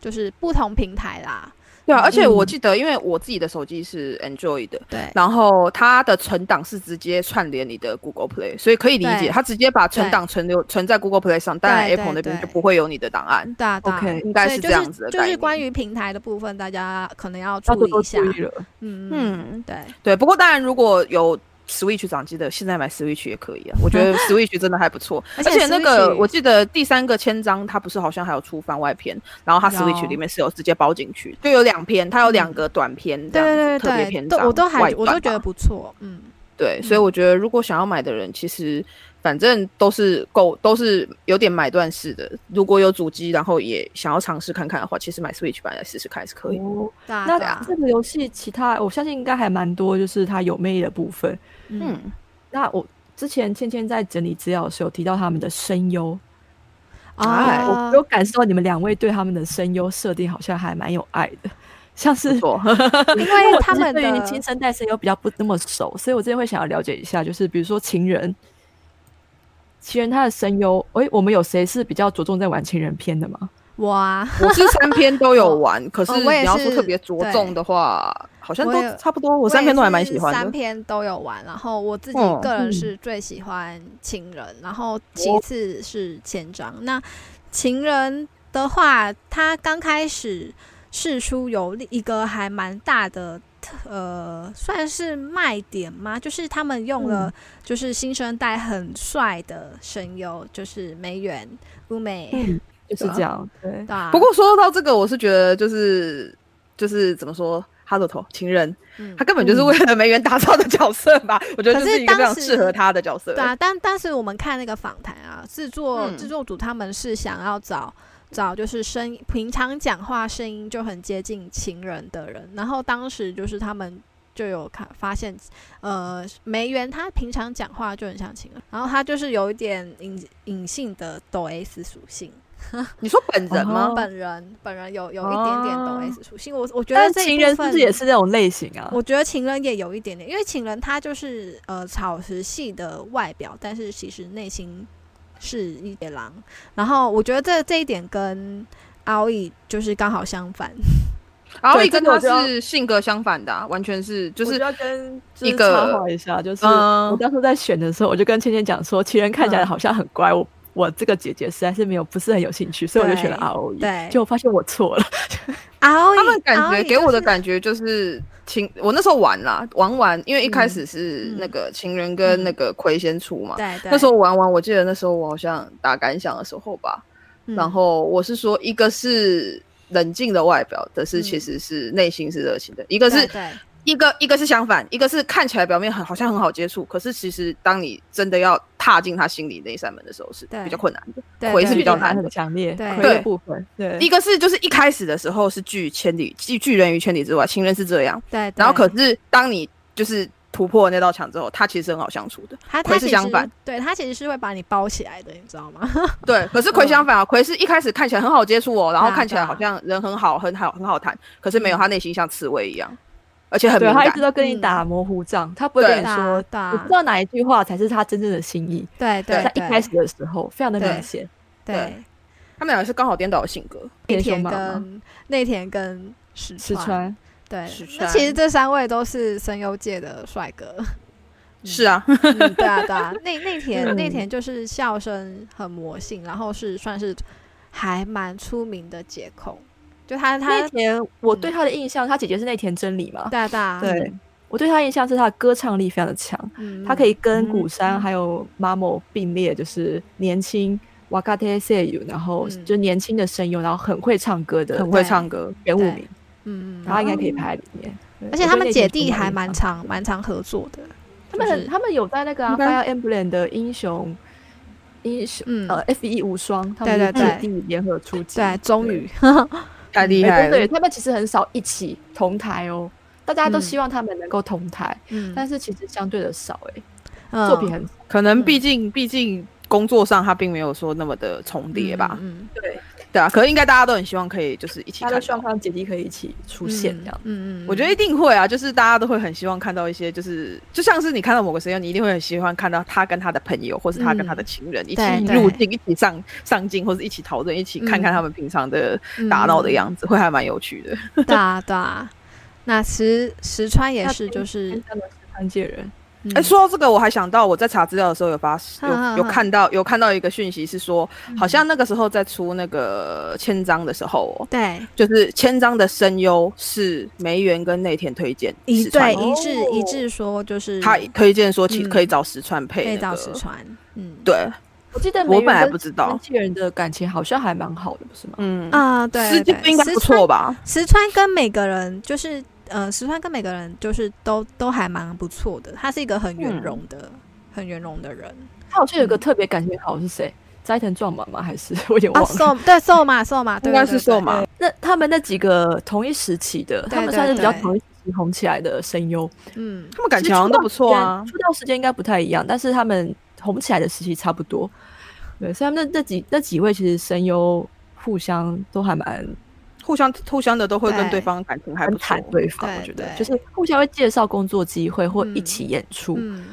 Speaker 3: 就是不同平台啦。
Speaker 2: 对啊，而且我
Speaker 1: 嗯
Speaker 2: 记得，因为我自己的手机是 Android 的，
Speaker 3: 对
Speaker 2: 然后它的存档是直接串联你的 Google Play，所以可以理
Speaker 3: 对
Speaker 2: 解，它直接把存
Speaker 3: 对
Speaker 2: 档存留存在 Google Play 上，当然
Speaker 3: 对对
Speaker 2: Apple 那边
Speaker 3: 对
Speaker 2: 就不会有你的档案，
Speaker 3: 对啊，对啊
Speaker 1: OK，
Speaker 2: 应该
Speaker 3: 所以
Speaker 2: 是
Speaker 3: 就
Speaker 2: 这样子的
Speaker 3: 就
Speaker 2: 概
Speaker 3: 是
Speaker 2: 念。
Speaker 3: 关于平台的部分，大家可能要
Speaker 1: 要
Speaker 3: 注
Speaker 1: 多
Speaker 3: 意
Speaker 1: 多
Speaker 3: 一下
Speaker 1: 注。意了，
Speaker 3: 嗯嗯，
Speaker 2: 嗯，
Speaker 3: 对，
Speaker 2: 对。不过当然，如果有 Switch 掌机的，现在买 Switch 也可以啊。我觉 得 Switch 真的还不错，
Speaker 3: 而
Speaker 2: 而
Speaker 3: 且
Speaker 2: 且那个
Speaker 3: Switch-
Speaker 2: 我记得第三个千章，它不是好像还有出番外篇，然后它
Speaker 3: 有嗯
Speaker 2: Switch 里面是有直接包进去，就有两篇，它有两个短篇
Speaker 3: 对
Speaker 2: 这样子，
Speaker 3: 对
Speaker 2: 特
Speaker 3: 对
Speaker 2: 别
Speaker 3: 对，
Speaker 2: 篇
Speaker 3: 都
Speaker 2: 章，
Speaker 3: 我都还
Speaker 2: 外
Speaker 3: 我
Speaker 2: 传
Speaker 3: 都觉得
Speaker 2: 吧
Speaker 3: 不错，嗯。
Speaker 2: 对，所以我觉得如果想要买的人，其实反正都是购都是有点买断式的。如果有主机，然后也想要尝试看看的话，其实买 Switch 版来试试看也是可以。
Speaker 1: 哦
Speaker 3: 对啊，对
Speaker 1: 那
Speaker 3: 啊
Speaker 1: 这个游戏其他我相信应该还蛮多，就是它有魅力的部分。
Speaker 3: 嗯，
Speaker 2: 嗯，
Speaker 1: 那我之前倩倩在整理资料的时候有提到他们的声优，
Speaker 2: 哎
Speaker 3: 啊
Speaker 1: 我有感受到你们两位对他们的声优设定好像还蛮有爱的，像
Speaker 2: 不
Speaker 1: 是
Speaker 2: 错。
Speaker 3: 因为他们
Speaker 1: 对于
Speaker 3: 的
Speaker 1: 新生代声优比较不那么熟，所以我之前会想要了解一下，就是比如说情人，情人他的声优，诶，我们有谁是比较着重在玩情人片的吗？
Speaker 3: 我啊，
Speaker 2: 我是三篇都有玩，可是
Speaker 3: 哦我也
Speaker 2: 你要说
Speaker 3: 是
Speaker 2: 特别着重的话，好像
Speaker 3: 我
Speaker 2: 都
Speaker 3: 也
Speaker 2: 差不多。我三篇都还蛮喜
Speaker 3: 我也是
Speaker 2: 欢
Speaker 3: 三
Speaker 2: 的。
Speaker 3: 篇都有玩。然后我自己
Speaker 2: 嗯
Speaker 3: 个人是最喜欢情人，然后其次是千章。那情人的话，他刚开始试出有一个还蛮大的。呃，算是卖点吗？就是他们用了，
Speaker 2: 嗯
Speaker 3: 就是新生代很帅的声优，就是梅园乌美，
Speaker 1: 嗯， 就是
Speaker 2: 对啊
Speaker 1: 这样，对，
Speaker 3: 对啊
Speaker 2: 不过说到这个，我是觉得就是就是怎么说，哈鲁头情人，
Speaker 3: 嗯
Speaker 2: 他根本就是为了梅园打造的角色吧？我觉得
Speaker 3: 可
Speaker 2: 就是是一个非
Speaker 3: 当
Speaker 2: 常
Speaker 3: 时
Speaker 2: 适合他的角色。
Speaker 3: 对啊，但但是我们看那个访谈啊，制作
Speaker 2: 嗯
Speaker 3: 制作组他们是想要找找就是声音平常讲话声音就很接近情人的人，然后当时就是他们就有看发现，呃，梅园他平常讲话就很像情人，然后他就是有一点隐隐性的抖 S 属性，
Speaker 2: 你说本人吗？
Speaker 1: 哦
Speaker 3: 本人本人有有一点点抖
Speaker 2: 哦
Speaker 3: S 属性，我我觉得
Speaker 1: 但
Speaker 3: 这一
Speaker 1: 情
Speaker 3: 部
Speaker 1: 人是不是
Speaker 3: 分
Speaker 1: 也是那种类型啊？
Speaker 3: 我觉得情人也有一点点，因为情人他就是呃草食系的外表，但是其实内心是一野狼。然后我觉得这这一点跟奥义就是刚好相反，
Speaker 2: 然后
Speaker 1: 对
Speaker 2: 一跟
Speaker 1: 这个我
Speaker 2: 他
Speaker 1: 就要
Speaker 2: 是性格相反的啊、完全是就
Speaker 1: 我
Speaker 2: 是
Speaker 1: 要跟
Speaker 2: 一
Speaker 1: 就是
Speaker 2: 个
Speaker 1: 插话一下，就是
Speaker 2: 嗯
Speaker 1: 我当初在选的时候，我就跟倩倩讲说，情人看起来
Speaker 3: 嗯
Speaker 1: 好像很乖，我我这个姐姐实在是没有不是很有兴趣，所以我就选了
Speaker 3: 对
Speaker 1: ROE，
Speaker 3: 对，
Speaker 1: 结果发现我错了。
Speaker 3: 奥义
Speaker 2: 他们感觉给我的
Speaker 3: 感
Speaker 2: 感觉就是情，我那时候玩啦，玩完，因为一开始是
Speaker 3: 嗯
Speaker 2: 那个情人跟那个葵先出嘛，
Speaker 3: 对对，
Speaker 2: 那时候玩完，我记得那时候我好像打感想的时候吧，
Speaker 3: 嗯
Speaker 2: 然后我是说一个是冷静的外表，但是其
Speaker 3: 嗯
Speaker 2: 实是内心是热情的，一个
Speaker 3: 对
Speaker 2: 是
Speaker 3: 对
Speaker 2: 一个一个是相反，一个是看起来表面很好像很好接触，可是其实当你真的要踏进他心里那一扇门的时候是
Speaker 3: 对
Speaker 2: 比较困难的。
Speaker 3: 对
Speaker 2: 回
Speaker 3: 对
Speaker 2: 是比
Speaker 3: 对
Speaker 2: 较
Speaker 1: 剧情感
Speaker 2: 难的
Speaker 1: 很强烈，
Speaker 3: 对
Speaker 1: 回
Speaker 2: 对
Speaker 1: 的部分，对，
Speaker 2: 一个是就是一开始的时候是拒千里拒拒人于千里之外，情人是这样，
Speaker 3: 对，
Speaker 2: 然后
Speaker 3: 对
Speaker 2: 可是当你就是突破那道墙之后，他其实很好相处的。
Speaker 3: 他他
Speaker 2: 葵是
Speaker 3: 其实
Speaker 2: 相反
Speaker 3: 对他其实是会把你包起来的，你知道吗？
Speaker 2: 对， 可是葵相反啊，葵是一开始看起来很好接触哦，然后
Speaker 3: 对啊
Speaker 2: 看起来好像人很好，很好，很好谈，可是没有，他内心像刺猬一样，而且很
Speaker 1: 对
Speaker 2: 敏
Speaker 1: 他一
Speaker 2: 感
Speaker 1: 直。都跟你
Speaker 3: 嗯
Speaker 1: 打模糊仗，他不会跟
Speaker 2: 对
Speaker 1: 你
Speaker 3: 对啊
Speaker 1: 说，
Speaker 3: 对啊
Speaker 1: 我不知道哪一句话才是他真正的心意，
Speaker 3: 对对
Speaker 1: 在一
Speaker 3: 对
Speaker 1: 开始的时候非常的
Speaker 3: 对
Speaker 1: 明显，
Speaker 3: 对
Speaker 2: 他们两个是刚好颠倒的性格。
Speaker 3: 内
Speaker 1: 变
Speaker 3: 田
Speaker 1: 凶嘛嘛，
Speaker 3: 跟
Speaker 2: 嗯
Speaker 3: 内田跟石
Speaker 1: 石
Speaker 3: 川。
Speaker 1: 川，
Speaker 3: 对
Speaker 2: 石，
Speaker 3: 那
Speaker 2: 川
Speaker 3: 其实这三位都是声优界的帅 哥。嗯
Speaker 2: 是啊，
Speaker 3: 嗯对啊，对啊，内内田
Speaker 1: 嗯
Speaker 3: 内田就是笑声很魔性，然后是算是还蛮出名的解控，就他他
Speaker 1: 内
Speaker 3: 对
Speaker 1: 田，我
Speaker 3: 嗯
Speaker 1: 对他的印象，他姐姐是内田真理嘛，
Speaker 3: 啊对啊，
Speaker 1: 对我对他的印象是他的歌唱力非常的强。
Speaker 3: 嗯，
Speaker 1: 他可以跟
Speaker 2: 嗯
Speaker 1: 古山还有 Mamo 并列，就是年轻 Wakate Seiyu，然后
Speaker 3: 嗯
Speaker 1: 就年轻的声优，然后很会唱歌的
Speaker 2: 很会唱歌，
Speaker 1: 原物
Speaker 3: 对
Speaker 1: 名，
Speaker 3: 嗯，嗯，
Speaker 1: 然后应该可以排在里面。对
Speaker 3: 而且
Speaker 1: 我
Speaker 3: 他
Speaker 1: 对
Speaker 3: 们
Speaker 1: 那
Speaker 3: 姐
Speaker 1: 集
Speaker 3: 弟
Speaker 1: 充满
Speaker 3: 还
Speaker 1: 印
Speaker 3: 蛮
Speaker 1: 象
Speaker 3: 常蛮常合作的，
Speaker 1: 他们
Speaker 3: 就是
Speaker 1: 很他们有在那个啊
Speaker 2: 应该
Speaker 1: Fire Emblem 的英雄英雄
Speaker 3: 嗯，
Speaker 1: 呃 F 一无双，他
Speaker 3: 对
Speaker 1: 们
Speaker 3: 对
Speaker 1: 是
Speaker 3: 对
Speaker 1: 姐弟联合出击，
Speaker 3: 对，终于
Speaker 2: 太厉
Speaker 1: 哎
Speaker 2: 害
Speaker 1: 真的耶，
Speaker 2: 了。
Speaker 1: 他们其实很少一起同台哦。大家都
Speaker 3: 嗯
Speaker 1: 希望他们能够同台，
Speaker 3: 嗯
Speaker 1: 但是其实相对的少哎、
Speaker 3: 嗯
Speaker 1: 作品很
Speaker 2: 可能毕竟毕竟工作上他并没有说那么的重叠吧。
Speaker 3: 嗯，嗯嗯
Speaker 1: 对，
Speaker 2: 对啊，可是应该大家都很希望可以就是一起
Speaker 1: 大
Speaker 2: 看
Speaker 1: 家
Speaker 2: 到
Speaker 1: 都希望看到姐弟可以一起出现这样。
Speaker 3: 嗯嗯，
Speaker 2: 我觉得一定会啊，就是大家都会很希望看到一些，就是就像是你看到某个实验，你一定会很喜欢看到他跟他的朋友，或是他跟他的情人、一
Speaker 3: 对
Speaker 2: 起入境、一起上上镜，或是一起讨论、一起看看他们平常的
Speaker 3: 得
Speaker 2: 打闹的样子，会还蛮有趣的。
Speaker 3: 子，嗯对啊对啊。那石石川也是，就
Speaker 1: 天
Speaker 3: 是
Speaker 1: 山的石川界人，
Speaker 2: 哎、说到这个，我还想到我在查资料的时候有发有有看到有看到一个讯息是说，
Speaker 3: 嗯
Speaker 2: 好像那个时候在出那个千章的时候、哦，
Speaker 3: 对
Speaker 2: 就是千章的声优是梅园跟内田推荐
Speaker 3: 一
Speaker 2: 石川
Speaker 3: 对
Speaker 2: 的，
Speaker 3: 一致一
Speaker 1: 哦
Speaker 3: 致说就是
Speaker 2: 他推荐说其
Speaker 3: 嗯
Speaker 2: 可以找石川配、那
Speaker 3: 配到
Speaker 2: 个
Speaker 3: 石川，嗯
Speaker 2: 对。
Speaker 1: 我记得
Speaker 2: 我本
Speaker 1: 来
Speaker 2: 来不知道
Speaker 1: 界人的感情好像还蛮好的，不是吗？
Speaker 2: 嗯，
Speaker 3: 啊对，
Speaker 2: 司机
Speaker 3: 对
Speaker 2: 不应该
Speaker 3: 石
Speaker 2: 不
Speaker 3: 川
Speaker 2: 错吧？
Speaker 3: 石川跟每个人就是呃，石川跟每个人就是都都还蛮不错的，他是一个很圆
Speaker 2: 嗯
Speaker 3: 融的、很圆融的人
Speaker 1: 他好像有个特别感情好是谁？斋藤壮马吗？还是 我有点忘
Speaker 3: 啊。
Speaker 1: 了。
Speaker 3: 瘦对瘦马瘦马，对
Speaker 2: 哦应该
Speaker 3: 对对
Speaker 2: 是瘦马
Speaker 3: 对，
Speaker 1: 那他们那几个同一时期的，
Speaker 3: 对
Speaker 1: 他们算是比较
Speaker 3: 对
Speaker 1: 同一时期红起来的声优，
Speaker 3: 嗯
Speaker 2: 他们感情好像都不错啊
Speaker 1: 其实。出道时间出道时间应该不太一样，但是他们红起来的时期差不多。对，所以他们那那几那几位其实声优互相都还蛮
Speaker 2: 互相互相的都会跟
Speaker 3: 对
Speaker 2: 对方感情还
Speaker 1: 蛮
Speaker 2: 不错
Speaker 1: 坦。对方，
Speaker 3: 对
Speaker 1: 我觉得
Speaker 3: 对
Speaker 1: 就是互相会介绍工作机会或
Speaker 3: 嗯
Speaker 1: 一起演出。
Speaker 3: 嗯，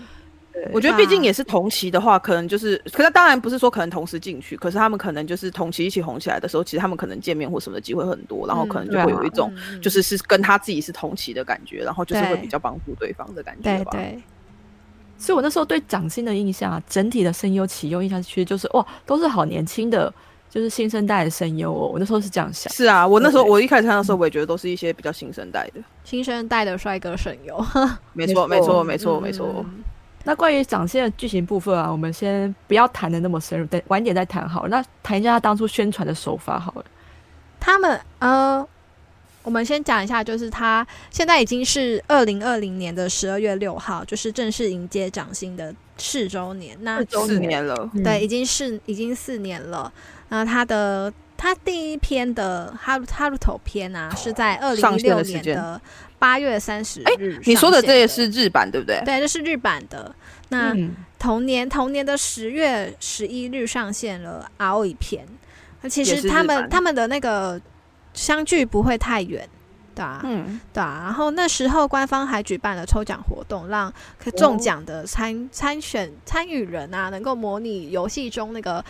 Speaker 1: 对
Speaker 2: 我觉得毕竟
Speaker 3: 啊
Speaker 2: 也是同期的话，可能就是，可是当然不是说可能同时进去，可是他们可能就是同期一起红起来的时候，其实他们可能见面或什么的机会很多，然后
Speaker 3: 嗯
Speaker 2: 可能就
Speaker 1: 对啊
Speaker 2: 会有一种
Speaker 3: 嗯嗯
Speaker 2: 就是是跟他自己是同期的感觉，然后就是会
Speaker 3: 对
Speaker 2: 比较帮助对方的感觉
Speaker 3: 对
Speaker 2: 吧。
Speaker 3: 对
Speaker 1: 所以我那时候对掌心的印象啊，整体的声优启用印象其实就是哇，都是好年轻的，就是新生代的声优哦。我那时候是这样想，
Speaker 2: 是啊，我那时候
Speaker 1: 对
Speaker 2: 我一开始看
Speaker 3: 嗯
Speaker 2: 的时候，我也觉得都是一些比较新生代的。
Speaker 3: 新生代的帅哥神游，
Speaker 2: 没错，
Speaker 1: 没
Speaker 2: 没
Speaker 1: 错
Speaker 2: 错，没错，没错。
Speaker 3: 嗯
Speaker 1: 那关于掌心的剧情部分啊，我们先不要谈的那么深入，等晚一点再谈好了。那谈一下他当初宣传的手法好了。
Speaker 3: 他们呃，我们先讲一下，就是他现在已经是二零二零年的十二月六号，就是正式迎接掌心的四周年。那
Speaker 1: 四周
Speaker 2: 四嗯年了，
Speaker 3: 对，已，经是已经四年了。那他的他第一篇的哈鲁哈鲁头篇啊，是在二零
Speaker 2: 哦上
Speaker 3: 一
Speaker 2: 线
Speaker 3: 六
Speaker 2: 的时
Speaker 3: 年
Speaker 2: 间
Speaker 3: 的八月三十日、
Speaker 2: 你说的这也是日版对不对？
Speaker 3: 对，啊这是日版的。那、
Speaker 1: 嗯，
Speaker 3: 同年同年的十月十一日上线了《熬一篇》，那其
Speaker 2: 也
Speaker 3: 实
Speaker 2: 是
Speaker 3: 他
Speaker 2: 日
Speaker 3: 们
Speaker 2: 版
Speaker 3: 他们的那个相距不会太远，对啊，
Speaker 2: 嗯，
Speaker 3: 对啊。然后那时候官方还举办了抽奖活动，
Speaker 2: 哦
Speaker 3: 让可中奖的参参选参与人啊，能够模拟游戏中那个。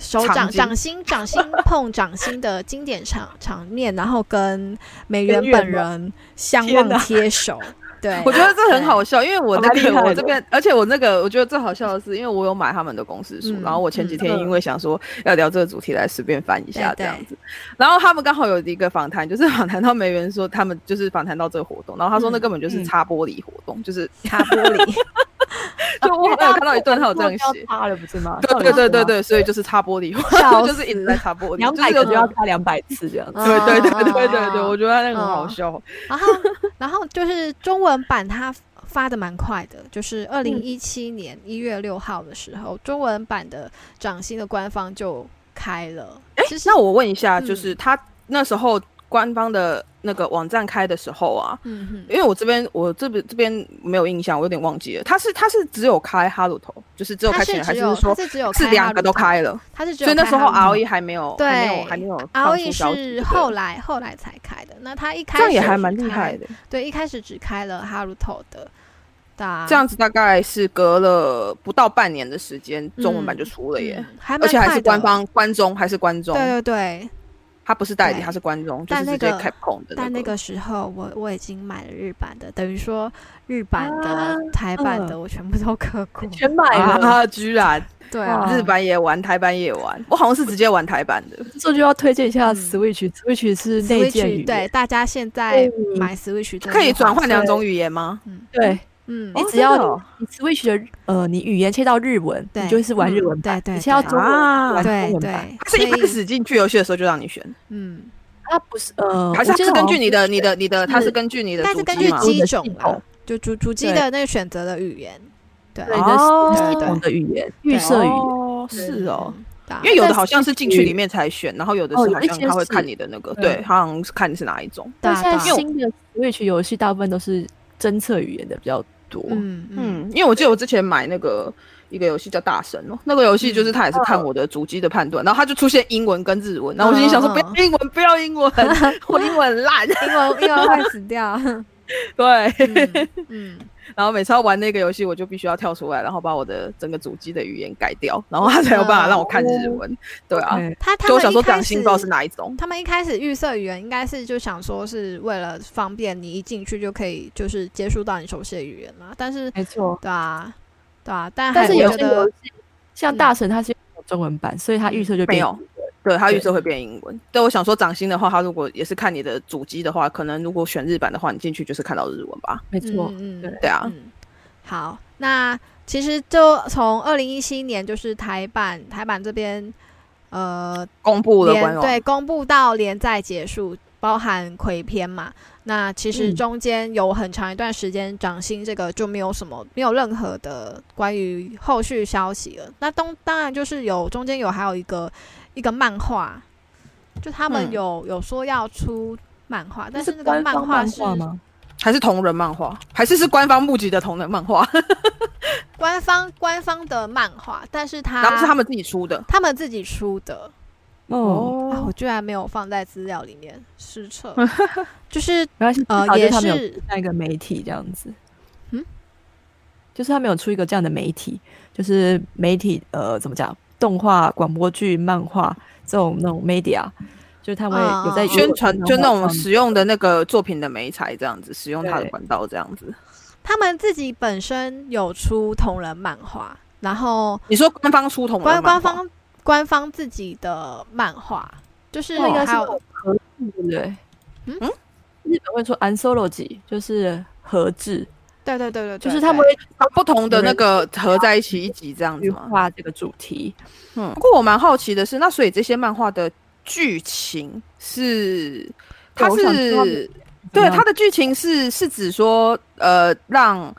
Speaker 3: 手掌
Speaker 2: 场景
Speaker 3: 掌心掌心碰掌心的经典场场 面，然后跟美元
Speaker 1: 远
Speaker 3: 本
Speaker 1: 吗
Speaker 3: 人相
Speaker 1: 天
Speaker 3: 望
Speaker 1: 哪
Speaker 3: 贴手，对，
Speaker 2: 我觉得这很
Speaker 3: 对
Speaker 2: 好笑，因为我那
Speaker 1: 蛮厉
Speaker 2: 个
Speaker 1: 害的
Speaker 2: 我这边，而且我那个我觉得最好笑的是，因为我有买他们的公司书，
Speaker 3: 嗯
Speaker 2: 然后我前几天
Speaker 1: 嗯
Speaker 2: 因为想说要聊这个主题来随便翻一下
Speaker 3: 对对
Speaker 2: 这样子，然后他们刚好有一个访谈，就是 访谈到梅园说他们就是访谈到这个活动，然后他说
Speaker 3: 嗯
Speaker 2: 那根本就是
Speaker 1: 嗯
Speaker 2: 擦玻璃活动， 就是
Speaker 3: 擦玻璃，
Speaker 1: 哦
Speaker 2: 就我好像有看到一段他有这样写。
Speaker 1: 塌了不是吗？
Speaker 2: 对对对对对，所以就是擦玻璃活
Speaker 3: 笑
Speaker 2: 动， 就是一直在擦玻璃，
Speaker 1: 两百
Speaker 2: 就
Speaker 1: 个
Speaker 2: 是
Speaker 1: 就要擦两百次这样子。
Speaker 2: 对对对对对对，
Speaker 3: 啊
Speaker 2: 我觉得他那个很好笑。
Speaker 3: 然后，然后就是中文版它发的蛮快的，就是二
Speaker 2: 嗯
Speaker 3: 零一七年一月六号的时候，中文版的掌心的官方就开了。其实
Speaker 2: 那，我问一下，
Speaker 3: 嗯
Speaker 2: 就是他那时候官方的那个网站开的时候啊，
Speaker 3: 嗯哼，
Speaker 2: 因为我这边我这边这边没有印象，我有点忘记了。他是他是只有开哈鲁头，就是只有
Speaker 3: 它
Speaker 2: 开全
Speaker 3: 是
Speaker 2: 人，还
Speaker 3: 只
Speaker 2: 是
Speaker 3: 有它
Speaker 2: 说
Speaker 3: 是只有
Speaker 2: 是
Speaker 3: 开
Speaker 2: 两
Speaker 3: 哈
Speaker 2: 个
Speaker 3: 鲁
Speaker 2: 都
Speaker 3: 头，
Speaker 2: 开了？
Speaker 3: 它是只有
Speaker 2: 所以那
Speaker 3: 开
Speaker 2: 时候
Speaker 3: 哈鲁
Speaker 2: R
Speaker 3: 头
Speaker 2: E 还没有
Speaker 3: 对
Speaker 2: 还没有还没有
Speaker 3: 熬
Speaker 2: 放
Speaker 3: 夜
Speaker 2: 出消息
Speaker 3: 是
Speaker 2: 对不对
Speaker 3: 后来后来才开的，那它一开
Speaker 2: 这样也
Speaker 3: 始
Speaker 2: 还
Speaker 3: 只
Speaker 2: 蛮厉
Speaker 3: 开
Speaker 2: 害，的。
Speaker 3: 对，一开始只开了哈鲁头的，对啊
Speaker 2: 这样子大概是隔了不到半年的时间，中文版就出了耶，
Speaker 3: 嗯还蛮
Speaker 2: 而且还
Speaker 3: 快
Speaker 2: 是
Speaker 3: 的
Speaker 2: 官，方哦观众还是观众，
Speaker 3: 对对对，
Speaker 2: 他不是代理，
Speaker 3: 对
Speaker 2: 他是观众，就
Speaker 3: 但
Speaker 2: 是
Speaker 3: 那
Speaker 2: 直接
Speaker 3: 个
Speaker 2: Capcom 的
Speaker 3: 但那个时候我我已经买了日版的，等于说日版的、
Speaker 1: 啊
Speaker 3: 台版的
Speaker 1: 嗯
Speaker 3: 我全部都 磕过。
Speaker 1: 全买了，
Speaker 2: 啊，居然
Speaker 3: 对啊
Speaker 1: 哇，
Speaker 2: 日版也玩，台版也玩，我好像是直接玩台版的。
Speaker 1: 这就要推荐一下
Speaker 3: 嗯
Speaker 1: Switch，Switch 是内建
Speaker 3: Switch
Speaker 1: 语
Speaker 3: 对
Speaker 1: 言，
Speaker 3: 大家现在
Speaker 1: 嗯
Speaker 3: 买 Switch 真的
Speaker 2: 哦可以
Speaker 3: 是
Speaker 2: 转
Speaker 3: 划
Speaker 2: 换两种语言吗？
Speaker 1: 对，
Speaker 3: 嗯
Speaker 1: 你
Speaker 2: 哦
Speaker 1: 只要
Speaker 2: 真的哦
Speaker 1: 你 Switch 的呃，你语言切到日文，
Speaker 3: 对
Speaker 1: 你就是玩日文
Speaker 3: 嗯
Speaker 1: 版；
Speaker 3: 对对
Speaker 1: 你切到中文，
Speaker 2: 啊
Speaker 1: 玩中
Speaker 3: 对
Speaker 1: 文版。
Speaker 3: 对，
Speaker 2: 它是一
Speaker 3: 所以
Speaker 2: 开始进去游戏的时候就让你选，
Speaker 3: 嗯，
Speaker 1: 它不是呃，
Speaker 2: 还是
Speaker 1: 我
Speaker 2: 它
Speaker 1: 记得
Speaker 2: 是根
Speaker 1: 好像
Speaker 2: 据你的、你的、你的，
Speaker 1: 是
Speaker 2: 它是根据你的
Speaker 3: 但
Speaker 2: 主
Speaker 3: 是根
Speaker 2: 机
Speaker 3: 据
Speaker 2: 嘛？
Speaker 3: 机
Speaker 1: 的
Speaker 3: 种
Speaker 1: 系
Speaker 3: 啦
Speaker 1: 统，
Speaker 3: 就主主机
Speaker 1: 对
Speaker 3: 的那个选择的语言，对
Speaker 1: 对
Speaker 2: 哦
Speaker 1: 的系
Speaker 3: 对对
Speaker 1: 统的语言、预
Speaker 3: 对
Speaker 1: 设语言。
Speaker 2: 哦，是哦。，
Speaker 3: 嗯
Speaker 2: 因为有的好像是进去里面才选，然后有的
Speaker 1: 哦
Speaker 2: 是
Speaker 1: 有
Speaker 2: 好
Speaker 1: 一
Speaker 2: 像
Speaker 1: 些
Speaker 2: 他会
Speaker 1: 是
Speaker 2: 看你的那个，
Speaker 1: 对
Speaker 2: 对，他好像是看你是哪一种。
Speaker 3: 对
Speaker 1: 但
Speaker 3: 啊对
Speaker 1: 现在
Speaker 3: 啊，
Speaker 1: 新的 Switch 游戏大部分都是侦测语言的比较多。
Speaker 3: 嗯嗯
Speaker 2: 嗯，因为我记得我之前买那个一个游戏叫《大神》哦，那个游戏就是他也是看我的主机的判断，然后他就出现英文跟日文，然后我心里想说
Speaker 3: 嗯
Speaker 2: 不要英文，不要英文，我英文很烂。
Speaker 3: 英文英文快死掉。
Speaker 2: 对，
Speaker 3: 嗯嗯，
Speaker 2: 然后每次要玩那个游戏，我就必须要跳出来，然后把我的整个主机的语言改掉，然后他才有办法让我看日文。对啊，
Speaker 1: 对
Speaker 3: 他嗯他
Speaker 2: 就我
Speaker 3: 们
Speaker 2: 想
Speaker 3: 一
Speaker 2: 说
Speaker 3: 开
Speaker 2: 掌
Speaker 3: 始
Speaker 2: 心不知道是哪一种。
Speaker 3: 他们一开始预设语言应该是就想说是为了方便你一进去就可以就是接触到你熟悉的语言嘛，但是
Speaker 1: 没错。
Speaker 3: 对啊对啊，但
Speaker 1: 但
Speaker 3: 还
Speaker 1: 是
Speaker 3: 我
Speaker 1: 有
Speaker 3: 觉
Speaker 1: 些游
Speaker 3: 得嗯
Speaker 1: 戏，像大神它是有中文版，所以它预测就
Speaker 2: 没
Speaker 1: 变
Speaker 2: 有对他预
Speaker 1: 对
Speaker 2: 测会变英文。对我想说，掌心的话，他如果也是看你的主机的话，可能如果选日版的话，你进去就是看到日文吧。
Speaker 1: 没错，
Speaker 3: 嗯嗯
Speaker 1: 对
Speaker 3: 嗯
Speaker 2: 对啊，
Speaker 3: 嗯，好，那其实就从二零一七年就是台版台版这边呃
Speaker 2: 公布了官
Speaker 3: 联
Speaker 2: 网，
Speaker 3: 对公布到联赛结束，包含魁篇嘛。那其实
Speaker 1: 嗯
Speaker 3: 中间有很长一段时间，掌心这个就没有什么，没有任何的关于后续消息了。那东当然就是有中间有还有一个一个漫画，就他们
Speaker 2: 嗯
Speaker 3: 有、有说要出漫画，但
Speaker 1: 是
Speaker 3: 是那个
Speaker 1: 官
Speaker 3: 漫
Speaker 1: 方
Speaker 3: 画
Speaker 1: 漫
Speaker 3: 是
Speaker 1: 画吗？
Speaker 2: 还是同人漫画，还是是官方募集的同人漫画，
Speaker 3: 啊官方官方的漫画，但是他
Speaker 2: 然后是他们自己出的。
Speaker 3: 他们自己出的，
Speaker 1: 哦，
Speaker 3: 啊，我
Speaker 2: 哦，
Speaker 3: 居然没有放在资料里面失 策，就是
Speaker 1: 没关系，
Speaker 3: 呃
Speaker 2: 啊
Speaker 1: 至啊少就
Speaker 3: 也
Speaker 1: 他们有
Speaker 3: 是
Speaker 1: 出像一个媒体这样子。
Speaker 3: 嗯，
Speaker 1: 就是他们有出一个这样的媒体，就是媒体呃怎么讲，动画、广播剧、漫画这种那种 media，就是他们
Speaker 3: 嗯
Speaker 1: 有在
Speaker 3: 嗯嗯哦
Speaker 2: 宣传就那种
Speaker 1: 是
Speaker 2: 使用的那个作品的媒材这样子，使用它的
Speaker 1: 对
Speaker 2: 管道这样子。
Speaker 3: 他们自己本身有出同人漫画，然后
Speaker 2: 你说官方出同人
Speaker 3: 官
Speaker 2: 漫
Speaker 3: 官
Speaker 2: 画
Speaker 3: 方官方自己的漫画，就是
Speaker 1: 那应该是
Speaker 3: 还有
Speaker 1: 合制，对不对？
Speaker 3: 嗯
Speaker 2: 嗯
Speaker 1: 日本会说 anthology，就是合制，
Speaker 3: 对对对对，对
Speaker 1: 就是他们会
Speaker 2: 把哦不同的那个合在一起一集这样子
Speaker 1: 去
Speaker 2: 吗？
Speaker 1: 画这个主题。
Speaker 2: 嗯，不过我蛮好奇的是，那所以这些漫画的剧情是，它
Speaker 1: 我想知道
Speaker 2: 是
Speaker 1: 嗯
Speaker 2: 对它的剧情是是指说，呃，让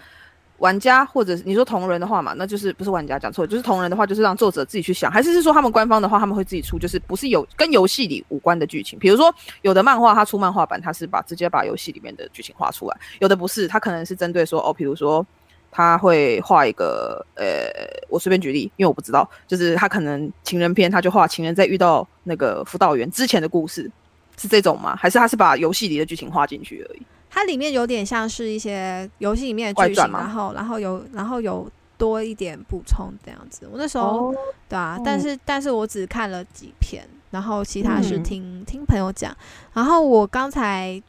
Speaker 2: 玩家或者是你说同人的话嘛，那就是不是玩家讲错了，就是同人的话，就是让作者自己去想，还是是说他们官方的话，他们会自己出，就是不是有跟游戏里无关的剧情，比如说有的漫画它出漫画版，它是把直接把游戏里面的剧情画出来，有的不是，它可能是针对说哦，比如说他会画一个呃，我随便举例，因为我不知道，就是他可能情人篇，他就画情人在遇到那个辅导员之前的故事，是这种吗？还是他是把游戏里的剧情画进去而已？
Speaker 3: 它里面有点像是一些游戏里面的
Speaker 2: 外
Speaker 3: 剧情，
Speaker 2: 传吗
Speaker 3: 然后然后有然后有多一点补充这样子。我那时候、
Speaker 1: 哦，
Speaker 3: 对啊，但
Speaker 1: 嗯
Speaker 3: 是但是我只看了几篇，然后其他是
Speaker 2: 嗯
Speaker 3: 听、听朋友讲。然后我刚才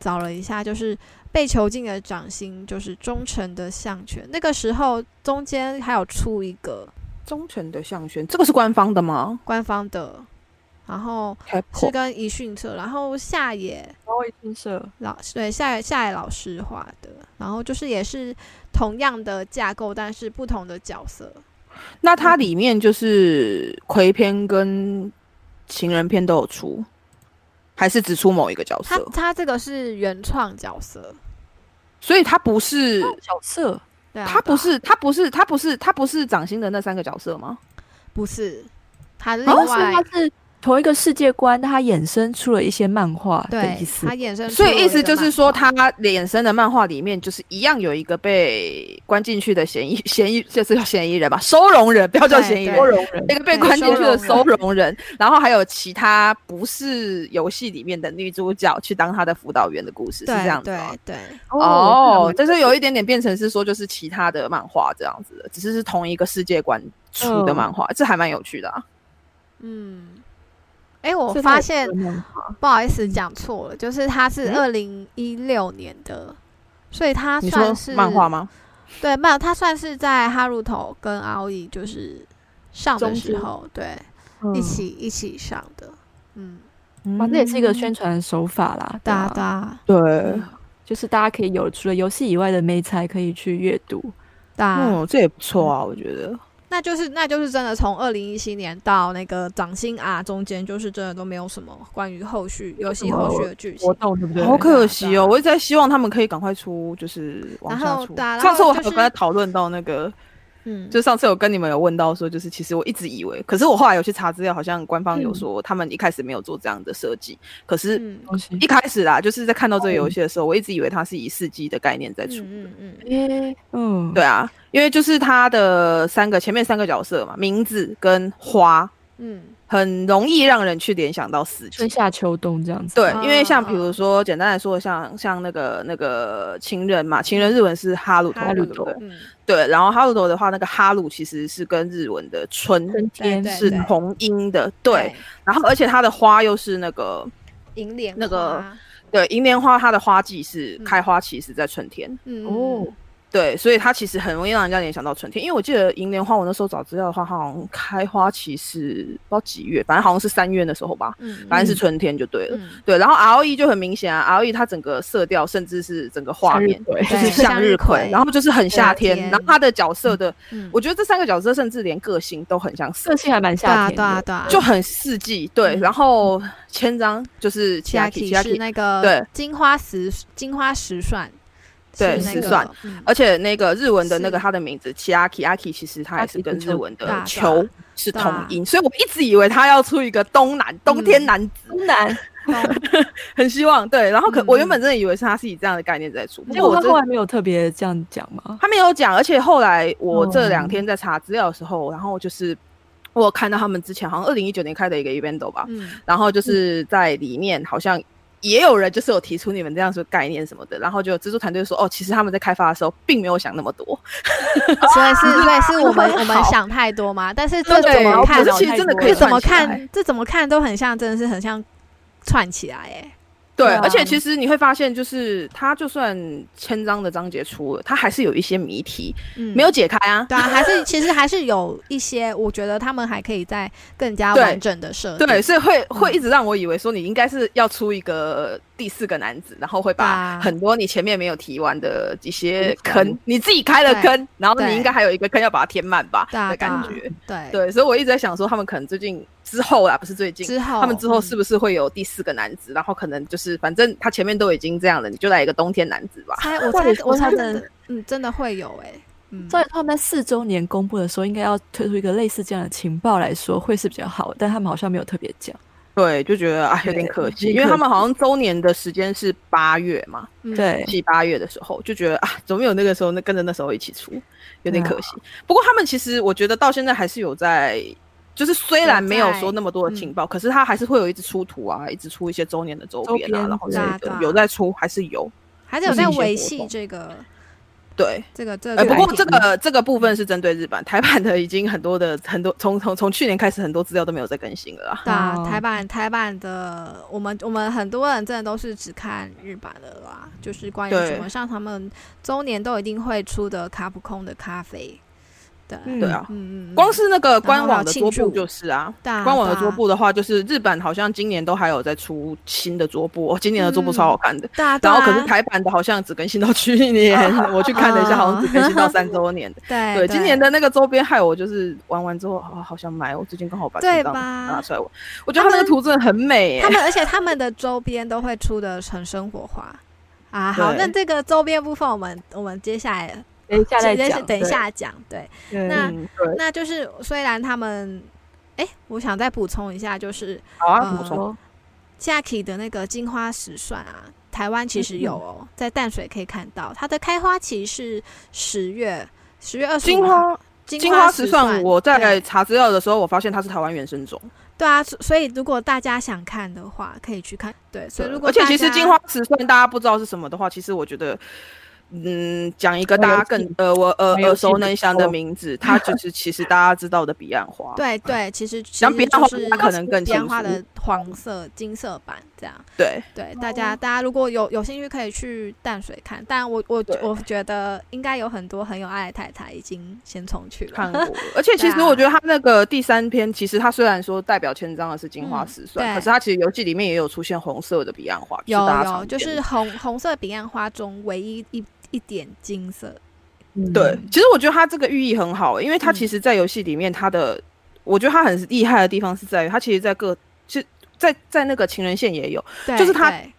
Speaker 3: 找了一下，就是被囚禁的掌心，就是忠诚的项圈。那个时候中间还有出一个
Speaker 2: 忠诚的项圈，这个是官方的吗？
Speaker 3: 官方的，然后是
Speaker 2: Capcom
Speaker 3: 跟一训社，然后下野
Speaker 1: 然后新社
Speaker 3: 老对夏夏野老师画的，然后就是也是同样的架构，但是不同的角色。
Speaker 2: 那它里面就是葵篇跟情人篇都有出，还是只出某一个角
Speaker 3: 他
Speaker 2: 色？
Speaker 3: 他这个是原创角色，
Speaker 2: 所以它不是，
Speaker 1: 角色
Speaker 3: 对啊，
Speaker 2: 它
Speaker 3: 对
Speaker 2: 不
Speaker 3: 啊
Speaker 2: 是，它不是，它不是，它不是掌心的那三个角色吗？
Speaker 3: 不是，他另
Speaker 1: 哦，所
Speaker 3: 外、
Speaker 1: 以它是同一个世界观，但它衍生出了一些漫画的
Speaker 3: 对
Speaker 1: 意思
Speaker 3: 他。衍生出
Speaker 2: 所
Speaker 3: 了一个漫画，
Speaker 2: 以意思就是说，他衍生的漫画里面，就是一样有一个被关进去的嫌疑嫌疑，就是叫嫌疑人吧，收容人，不要叫
Speaker 3: 对
Speaker 2: 嫌疑
Speaker 3: 对
Speaker 2: 人
Speaker 1: 多，容人
Speaker 2: 那个被
Speaker 3: 对
Speaker 2: 关进去的
Speaker 3: 收
Speaker 2: 收
Speaker 3: 容
Speaker 2: 容人，然后还有其他不是游戏里面的女主角去当他的辅导员的故事，是
Speaker 3: 对
Speaker 2: 这样子吗
Speaker 3: 对对，
Speaker 2: 哦，但是有一点点变成是说，就是其他的漫画这样子的，只是是同一个世界观出的漫画，这还蛮有趣的啊。
Speaker 3: 嗯。哎、我发现
Speaker 1: 嗯
Speaker 3: 不好意思讲错了，就是他是
Speaker 2: 嗯
Speaker 3: 二零一六年的，所以他
Speaker 2: 你说
Speaker 3: 算是
Speaker 2: 漫画吗？
Speaker 3: 对，没有，他算是在哈鲁头跟奥义就是上的
Speaker 1: 中
Speaker 3: 时
Speaker 1: 间
Speaker 3: 候，对，
Speaker 1: 嗯
Speaker 3: 一起一起上的，嗯，
Speaker 1: 哇，这也是一个宣传手法
Speaker 3: 哒
Speaker 1: 啦，对啊
Speaker 3: 哒
Speaker 2: 嗯对，
Speaker 1: 就是大家可以有除了游戏以外的媒材可以去阅读。
Speaker 3: 哒，
Speaker 2: 嗯，这也不错啊，我觉得。
Speaker 3: 那就是那就是真的从二零一七年到那个掌心啊中间，就是真的都没有什么关于后续游戏后续的剧情
Speaker 1: 活。动对不对？
Speaker 2: 好可
Speaker 3: 对
Speaker 2: 惜
Speaker 3: 啊
Speaker 2: 哦！我一直在希望他们可以赶快出，就是往
Speaker 3: 然
Speaker 2: 下
Speaker 3: 后
Speaker 2: 出。
Speaker 3: 对啊然
Speaker 2: 上次
Speaker 3: 后
Speaker 2: 我
Speaker 3: 就
Speaker 2: 还有
Speaker 3: 是
Speaker 2: 跟他讨论到那个
Speaker 1: 嗯，
Speaker 2: 就上次有跟你们有问到说，就是其实我一直以为，可是我后来有去查资料，好像官方有说他们一开始没有做这样的设计，可是
Speaker 3: 嗯
Speaker 1: 东西
Speaker 2: 一开始啦，就是在看到这个游戏的时候，我一直以为它是以四 G 的概念在出。
Speaker 3: 嗯嗯嗯，
Speaker 1: 诶，嗯，
Speaker 2: 对啊，因为就是它的三个前面三个角色嘛，名字跟花，
Speaker 3: 嗯
Speaker 2: 很容易让人去联想到四 G
Speaker 1: 春。夏秋冬这样子，
Speaker 2: 对
Speaker 3: 啊，
Speaker 2: 因为像比如说，简单来说，像像那个那个情人嘛，情人日文是哈鲁头嘛，
Speaker 1: 哈鲁
Speaker 2: 对不对
Speaker 1: 头
Speaker 3: 嗯，
Speaker 2: 对，然后哈鲁头的话，那个哈鲁其实是跟日文的春
Speaker 1: 春天
Speaker 3: 哎对
Speaker 2: 是同音的，对。，然后而且它的花又是那个
Speaker 3: 银莲
Speaker 2: 那个
Speaker 3: 花，
Speaker 2: 对银莲花，它的花季是
Speaker 3: 嗯
Speaker 2: 开花期是在春天，
Speaker 3: 嗯
Speaker 1: 哦，
Speaker 2: 对，所以它其实很容易让人家联想到春天。因为我记得银莲花，我那时候找资料的话，它好像开花期是不知道几月，反正好像是三月的时候吧，
Speaker 3: 嗯，
Speaker 2: 反正是春天就对了。
Speaker 3: 嗯
Speaker 2: 对，然后 R O E 就很明显啊，R O E 它整个色调甚至是整个画
Speaker 1: 夏日
Speaker 2: 面
Speaker 1: 葵，
Speaker 2: 就是
Speaker 3: 对
Speaker 2: 向日
Speaker 3: 向日葵
Speaker 2: 葵，然后就是很夏天
Speaker 3: 夏，天
Speaker 2: 然后它的角色的，
Speaker 3: 嗯，
Speaker 2: 我觉得这三个角色甚至连个性都很相似
Speaker 1: 个，性还蛮
Speaker 3: 对啊
Speaker 1: 夏天
Speaker 3: 对啊
Speaker 1: 的，
Speaker 3: 对啊，
Speaker 2: 就很四季。对，
Speaker 3: 嗯
Speaker 2: 然后千张就是其
Speaker 3: 其
Speaker 2: 他
Speaker 3: 他
Speaker 2: 其
Speaker 3: 体
Speaker 2: 他
Speaker 3: 是那个
Speaker 2: 对
Speaker 3: 金花石金花石蒜，
Speaker 2: 对
Speaker 3: 是那
Speaker 1: 石
Speaker 3: 个
Speaker 2: 蒜，
Speaker 3: 嗯
Speaker 2: 而且那个日文的那个
Speaker 3: 是
Speaker 2: 它的名字 Chiaki Aki，其实它也是
Speaker 1: Aki
Speaker 2: 跟
Speaker 1: 是
Speaker 2: 日文
Speaker 3: 对啊
Speaker 2: 的
Speaker 3: 对啊
Speaker 2: 秋是同音，所以我一直以为它要出一个东南冬天男子，
Speaker 1: 东南，
Speaker 2: 很希望对。然后可
Speaker 3: 嗯
Speaker 2: 我原本真的以为是它是以这样的概念在出，不
Speaker 1: 结
Speaker 2: 过
Speaker 1: 果
Speaker 2: 我嗯
Speaker 1: 他
Speaker 2: 真
Speaker 1: 后来没有特别这样讲嘛，
Speaker 2: 他没有讲，而且后来我这两
Speaker 1: 嗯
Speaker 2: 天在查资料的时候，然后就是我有看到他们之前好像二零一九年开的一个 event 吧，
Speaker 3: 嗯
Speaker 2: 然后就是在里面好像也有人就是有提出你们这样说概念什么的，然后就制作团队说哦，其实他们在开发的时候并没有想那么多，
Speaker 3: 所以是所以是我们
Speaker 2: 很好
Speaker 3: 我们想太多嘛，但是这怎么
Speaker 1: 我
Speaker 3: 看
Speaker 2: 可
Speaker 1: 不想
Speaker 2: 是其实真的
Speaker 1: 太多
Speaker 2: 可
Speaker 3: 这
Speaker 2: 以
Speaker 3: 怎么
Speaker 2: 串起来
Speaker 3: 看这怎么看都很像，真的是很像串起来哎，
Speaker 2: 对，
Speaker 1: 对啊
Speaker 2: 而且其实你会发现，就是它就算千章的章节出了，它还是有一些谜题
Speaker 3: 嗯
Speaker 2: 没有解开啊。
Speaker 3: 对啊，还是其实还是有一些，我觉得他们还可以再更加
Speaker 2: 对
Speaker 3: 完整的设定。
Speaker 2: 对，所以会会
Speaker 3: 嗯
Speaker 2: 一直让我以为说你应该是要出一个第四个男子，然后会
Speaker 3: 啊
Speaker 2: 把很多你前面没有提完的一些
Speaker 1: 嗯
Speaker 2: 坑，你自己开了
Speaker 3: 对
Speaker 2: 坑，然后
Speaker 3: 对
Speaker 2: 你应该还有一个坑要把它填满吧
Speaker 3: 对啊
Speaker 2: 的
Speaker 3: 对啊
Speaker 2: 感觉。
Speaker 3: 对
Speaker 2: 对，所以我一直在想说，他们可能最近之后啊啦，不是最近，
Speaker 3: 之后
Speaker 2: 他们之后是
Speaker 3: 嗯
Speaker 2: 不是会有第四个男子？然后可能就是，反正他前面都已经这样了，你就来一个冬天男子吧。
Speaker 3: 猜我
Speaker 1: 或者
Speaker 3: 猜
Speaker 1: 说
Speaker 3: 我猜
Speaker 1: 他
Speaker 3: 真
Speaker 1: 们
Speaker 3: 的嗯真的会有哎，嗯
Speaker 1: 照理说他们在四周年公布的时候，应该要推出一个类似这样的情报来说会是比较好，但他们好像没有特别讲。
Speaker 2: 对，就觉得啊有点
Speaker 1: 对
Speaker 2: 可
Speaker 1: 有
Speaker 2: 惜，
Speaker 1: 点
Speaker 2: 因为
Speaker 1: 可
Speaker 2: 他们好像周年的时间是八月嘛，
Speaker 3: 嗯
Speaker 1: 对，
Speaker 2: 七八月的时候就觉得啊，怎么没有那个时候那跟着那时候一起出，有点
Speaker 1: 对啊
Speaker 2: 可惜。不过他们其实我觉得到现在还是有在。就是虽然没有说那么多的情报，可是他还是会有一直出图啊，一直出一些周年的周边
Speaker 1: 周
Speaker 2: 啊，
Speaker 1: 边
Speaker 2: 然后
Speaker 1: 对
Speaker 2: 这
Speaker 3: 啊对
Speaker 2: 个
Speaker 3: 啊
Speaker 2: 有在出，还是有
Speaker 3: 还是有
Speaker 1: 就是
Speaker 3: 在
Speaker 1: 一些
Speaker 3: 维
Speaker 1: 活
Speaker 3: 系
Speaker 1: 动
Speaker 3: 这个
Speaker 2: 对。
Speaker 3: 这个这
Speaker 2: 哎、
Speaker 3: 个
Speaker 2: 不
Speaker 3: 载体。
Speaker 2: 过这个
Speaker 3: 嗯
Speaker 2: 这个部分是针对日版，台版的已经很多的很多从从从去年开始很多资料都没有再更新了啊。
Speaker 3: 对啊，
Speaker 1: 哦
Speaker 3: 台版台版的，我们我们很多人真的都是只看日版的啦，就是关于
Speaker 2: 对
Speaker 3: 什么像他们周年都一定会出的卡普空的咖啡，对，嗯
Speaker 1: 嗯
Speaker 2: 对啊，
Speaker 3: 嗯，嗯
Speaker 2: 光是那个官
Speaker 3: 然后还
Speaker 2: 网
Speaker 3: 有
Speaker 2: 的
Speaker 3: 庆
Speaker 2: 桌布
Speaker 3: 祝
Speaker 2: 就是啊，
Speaker 3: 对啊
Speaker 2: 官网的
Speaker 3: 对啊
Speaker 2: 桌布的话，就是日版好像今年都还有在出新的桌布，哦、今年的桌布超好看的。
Speaker 3: 对啊，对
Speaker 2: 然
Speaker 3: 啊哦
Speaker 2: 后可是台版的好像只更新到去年，我去看了一下，好像只更新到三周年的。
Speaker 3: 哎对
Speaker 2: 对，今年的那个周边害我就是玩完之后，好好想买。我最近刚好把
Speaker 3: 对
Speaker 2: 这张
Speaker 3: 吧
Speaker 2: 拿出来玩，我觉得它那个图真的很美耶、
Speaker 3: 他们，而且他们的周边都会出的很生活化啊。好，
Speaker 2: 对
Speaker 3: 那这个周边部分，我们我们接下来
Speaker 1: 等一下再
Speaker 3: 直接是
Speaker 1: 讲，
Speaker 3: 等一下讲，对，
Speaker 1: 对，
Speaker 3: 那
Speaker 1: 嗯
Speaker 2: 嗯，对，
Speaker 3: 那就是虽然他们，哎，我想再补充一下，就是
Speaker 2: 好啊，
Speaker 3: 呃
Speaker 2: 补充。
Speaker 1: 说
Speaker 3: Jackie 的那个金花石蒜啊，台湾其
Speaker 2: 嗯
Speaker 3: 实有哦，在淡水可以看到，它的开花期是十月十月二十
Speaker 2: 金
Speaker 3: 五号。
Speaker 2: 花
Speaker 3: 金
Speaker 2: 金花
Speaker 3: 石
Speaker 2: 石蒜，我在
Speaker 3: 对
Speaker 2: 查资料的时候，我发现它是台湾原生种。
Speaker 3: 对啊，所所以如果大家想看的话，可以去看。对，所以如果
Speaker 2: 而且
Speaker 3: 大
Speaker 2: 其实
Speaker 3: 家
Speaker 2: 金花瓷算大家不知道是什么的话，其实我觉得，嗯，讲一个
Speaker 1: 玩游
Speaker 2: 大
Speaker 1: 戏
Speaker 2: 家更呃我呃
Speaker 1: 玩游戏
Speaker 2: 耳熟能详的名字，它 就是其实大家知道的彼岸花。，
Speaker 3: 对对，其实其
Speaker 2: 讲
Speaker 3: 实
Speaker 2: 彼岸
Speaker 3: 就
Speaker 2: 花
Speaker 3: 是
Speaker 2: 大家可能更
Speaker 3: 彼岸
Speaker 2: 清
Speaker 3: 花
Speaker 2: 楚
Speaker 3: 的黄色、金色版这样。
Speaker 2: 对
Speaker 3: 对，大
Speaker 2: 哦
Speaker 3: 家大家如果有有兴趣，可以去淡水看。但我我
Speaker 2: 对
Speaker 3: 我觉得应该有很多很有爱的太太已经先冲去了。啊
Speaker 2: 看过。而且其实我觉得它那个第三篇，其实它虽然说代表千章的是金花石
Speaker 3: 嗯对
Speaker 2: 蒜，可是它其实游记里面也有出现红色的彼岸花，
Speaker 3: 有
Speaker 2: 是大家
Speaker 3: 有，
Speaker 2: 常
Speaker 3: 就
Speaker 2: 见
Speaker 3: 是
Speaker 2: 的
Speaker 3: 红红色彼岸花中唯一一一点金色。
Speaker 1: 嗯
Speaker 2: 对。其实我觉得它这个寓意很好，因为它其实，在游戏里面它的，我觉得它很厉害的地方是在于，它其实在各。其实在在那个情人线也有，
Speaker 3: 对，
Speaker 2: 就是它
Speaker 3: 对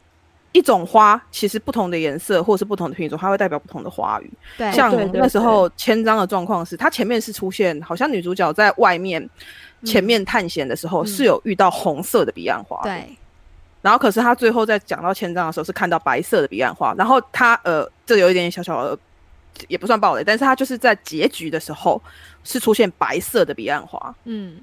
Speaker 2: 一种花其实不同的颜色或是不同的品种，它会代表不同的花语。
Speaker 3: 对，
Speaker 2: 像
Speaker 1: 哎对对
Speaker 2: 那时候千章的状况是，它前面是出现好像女主角在外面
Speaker 1: 嗯
Speaker 2: 前面探险的时候、
Speaker 3: 嗯
Speaker 2: 是有遇到红色的彼岸花，，
Speaker 3: 对
Speaker 2: 然后可是她最后在讲到千章的时候是看到白色的彼岸花，然后她呃这有一点点小小的也不算暴雷，但是她就是在结局的时候是出现白色的彼岸花，
Speaker 3: 嗯，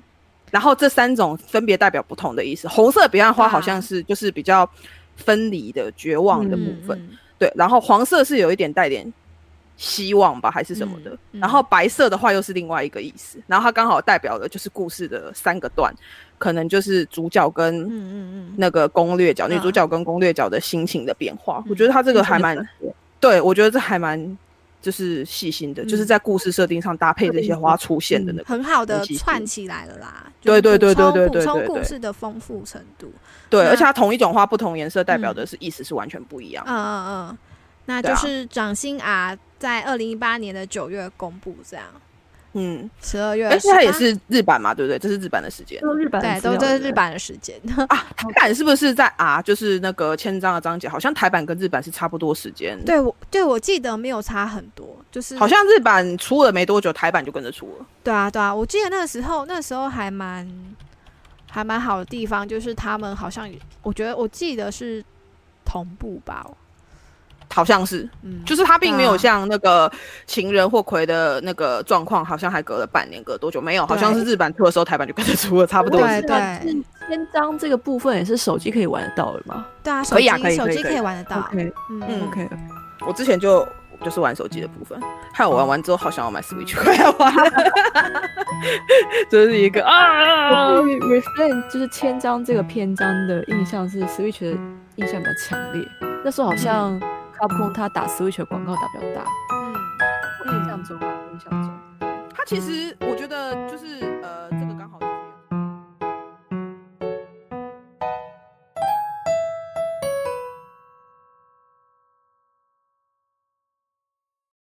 Speaker 2: 然后这三种分别代表不同的意思。红色的彼岸花
Speaker 3: 哇
Speaker 2: 好像是就是比较分离的、绝望的部
Speaker 3: 嗯
Speaker 2: 分，
Speaker 3: 嗯
Speaker 2: 对。然后黄色是有一点带点希望吧，还是什么的。
Speaker 3: 嗯嗯
Speaker 2: 然后白色的话又是另外一个意思。然后它刚好代表的就是故事的三个段，可能就是主角
Speaker 3: 嗯
Speaker 2: 跟
Speaker 3: 嗯嗯，
Speaker 2: 那个攻略角、
Speaker 3: 嗯
Speaker 2: 女主角跟攻略角的心情的变化。
Speaker 3: 嗯
Speaker 2: 我觉得他这个还蛮
Speaker 1: 嗯，
Speaker 2: 对我觉得这还蛮就是细心的，
Speaker 3: 嗯
Speaker 2: 就是在故事设定上搭配这些花出现的那个。
Speaker 3: 很好的
Speaker 2: 尤其是
Speaker 3: 串起来了啦，
Speaker 2: 对
Speaker 3: 就是
Speaker 2: 对对
Speaker 3: 补充
Speaker 2: 对对对
Speaker 3: 补充
Speaker 2: 对对
Speaker 3: 故
Speaker 2: 对
Speaker 3: 事的丰富程度，
Speaker 2: 对，
Speaker 3: 那
Speaker 2: 而且它同一种花不同颜色代表的是意思是完全不一样的。
Speaker 3: 嗯嗯嗯，那
Speaker 2: 对
Speaker 3: 就
Speaker 2: 啊
Speaker 3: 是掌心啊，在二零一八年的九月公布这样，
Speaker 2: 嗯，
Speaker 3: 十二月18，
Speaker 2: 而且它也是日版嘛，对不对？这是日版的时间
Speaker 1: 都是日本的
Speaker 3: 对，
Speaker 1: 资
Speaker 3: 都
Speaker 1: 料
Speaker 3: 这
Speaker 1: 对
Speaker 3: 是日
Speaker 1: 不对
Speaker 3: 版的时间，
Speaker 2: 啊。台版是不是在啊？就是那个千章的章节，好像台版跟日版是差不多时间。，
Speaker 3: 对我对我记得没有差很多，就是
Speaker 2: 好像日版出了没多久，台版就跟着出了。
Speaker 3: 对啊对啊，我记得那个时候那时候还蛮还蛮好的地方，就是他们好像也我觉得我记得是同步吧，
Speaker 2: 好像是，
Speaker 3: 嗯，
Speaker 2: 就是它并没有
Speaker 3: 啊
Speaker 2: 像那个情人或葵的那个状况，好像还隔了半年，隔多久没有？好像是日版出的时候，台版就跟着出了，差不多
Speaker 3: 对
Speaker 2: 是。
Speaker 3: 对
Speaker 1: 是千张这个部分也是手机可以玩得到的嘛
Speaker 3: 对啊，手
Speaker 2: 可
Speaker 3: 机
Speaker 2: 以啊可以
Speaker 3: 手
Speaker 2: 可以
Speaker 3: 机
Speaker 2: 可
Speaker 3: 可
Speaker 2: 以
Speaker 3: 以玩得到，
Speaker 1: ？OK
Speaker 3: 嗯
Speaker 2: 嗯
Speaker 1: OK，
Speaker 2: 我之前就就是玩手机的部分，害我玩完之后好想要买 Switch，快要玩了，
Speaker 3: 哦
Speaker 2: 这是一个啊。
Speaker 1: 我对于 Refrain 就是千章这个篇章的印象
Speaker 3: 嗯
Speaker 1: 是 Switch 的印象比较强烈，那时候好像 Capcom 他打 Switch 的广告打比较大，
Speaker 3: 嗯。
Speaker 1: 我印象中啊，我印象中。
Speaker 2: 它其实我觉得就是呃。这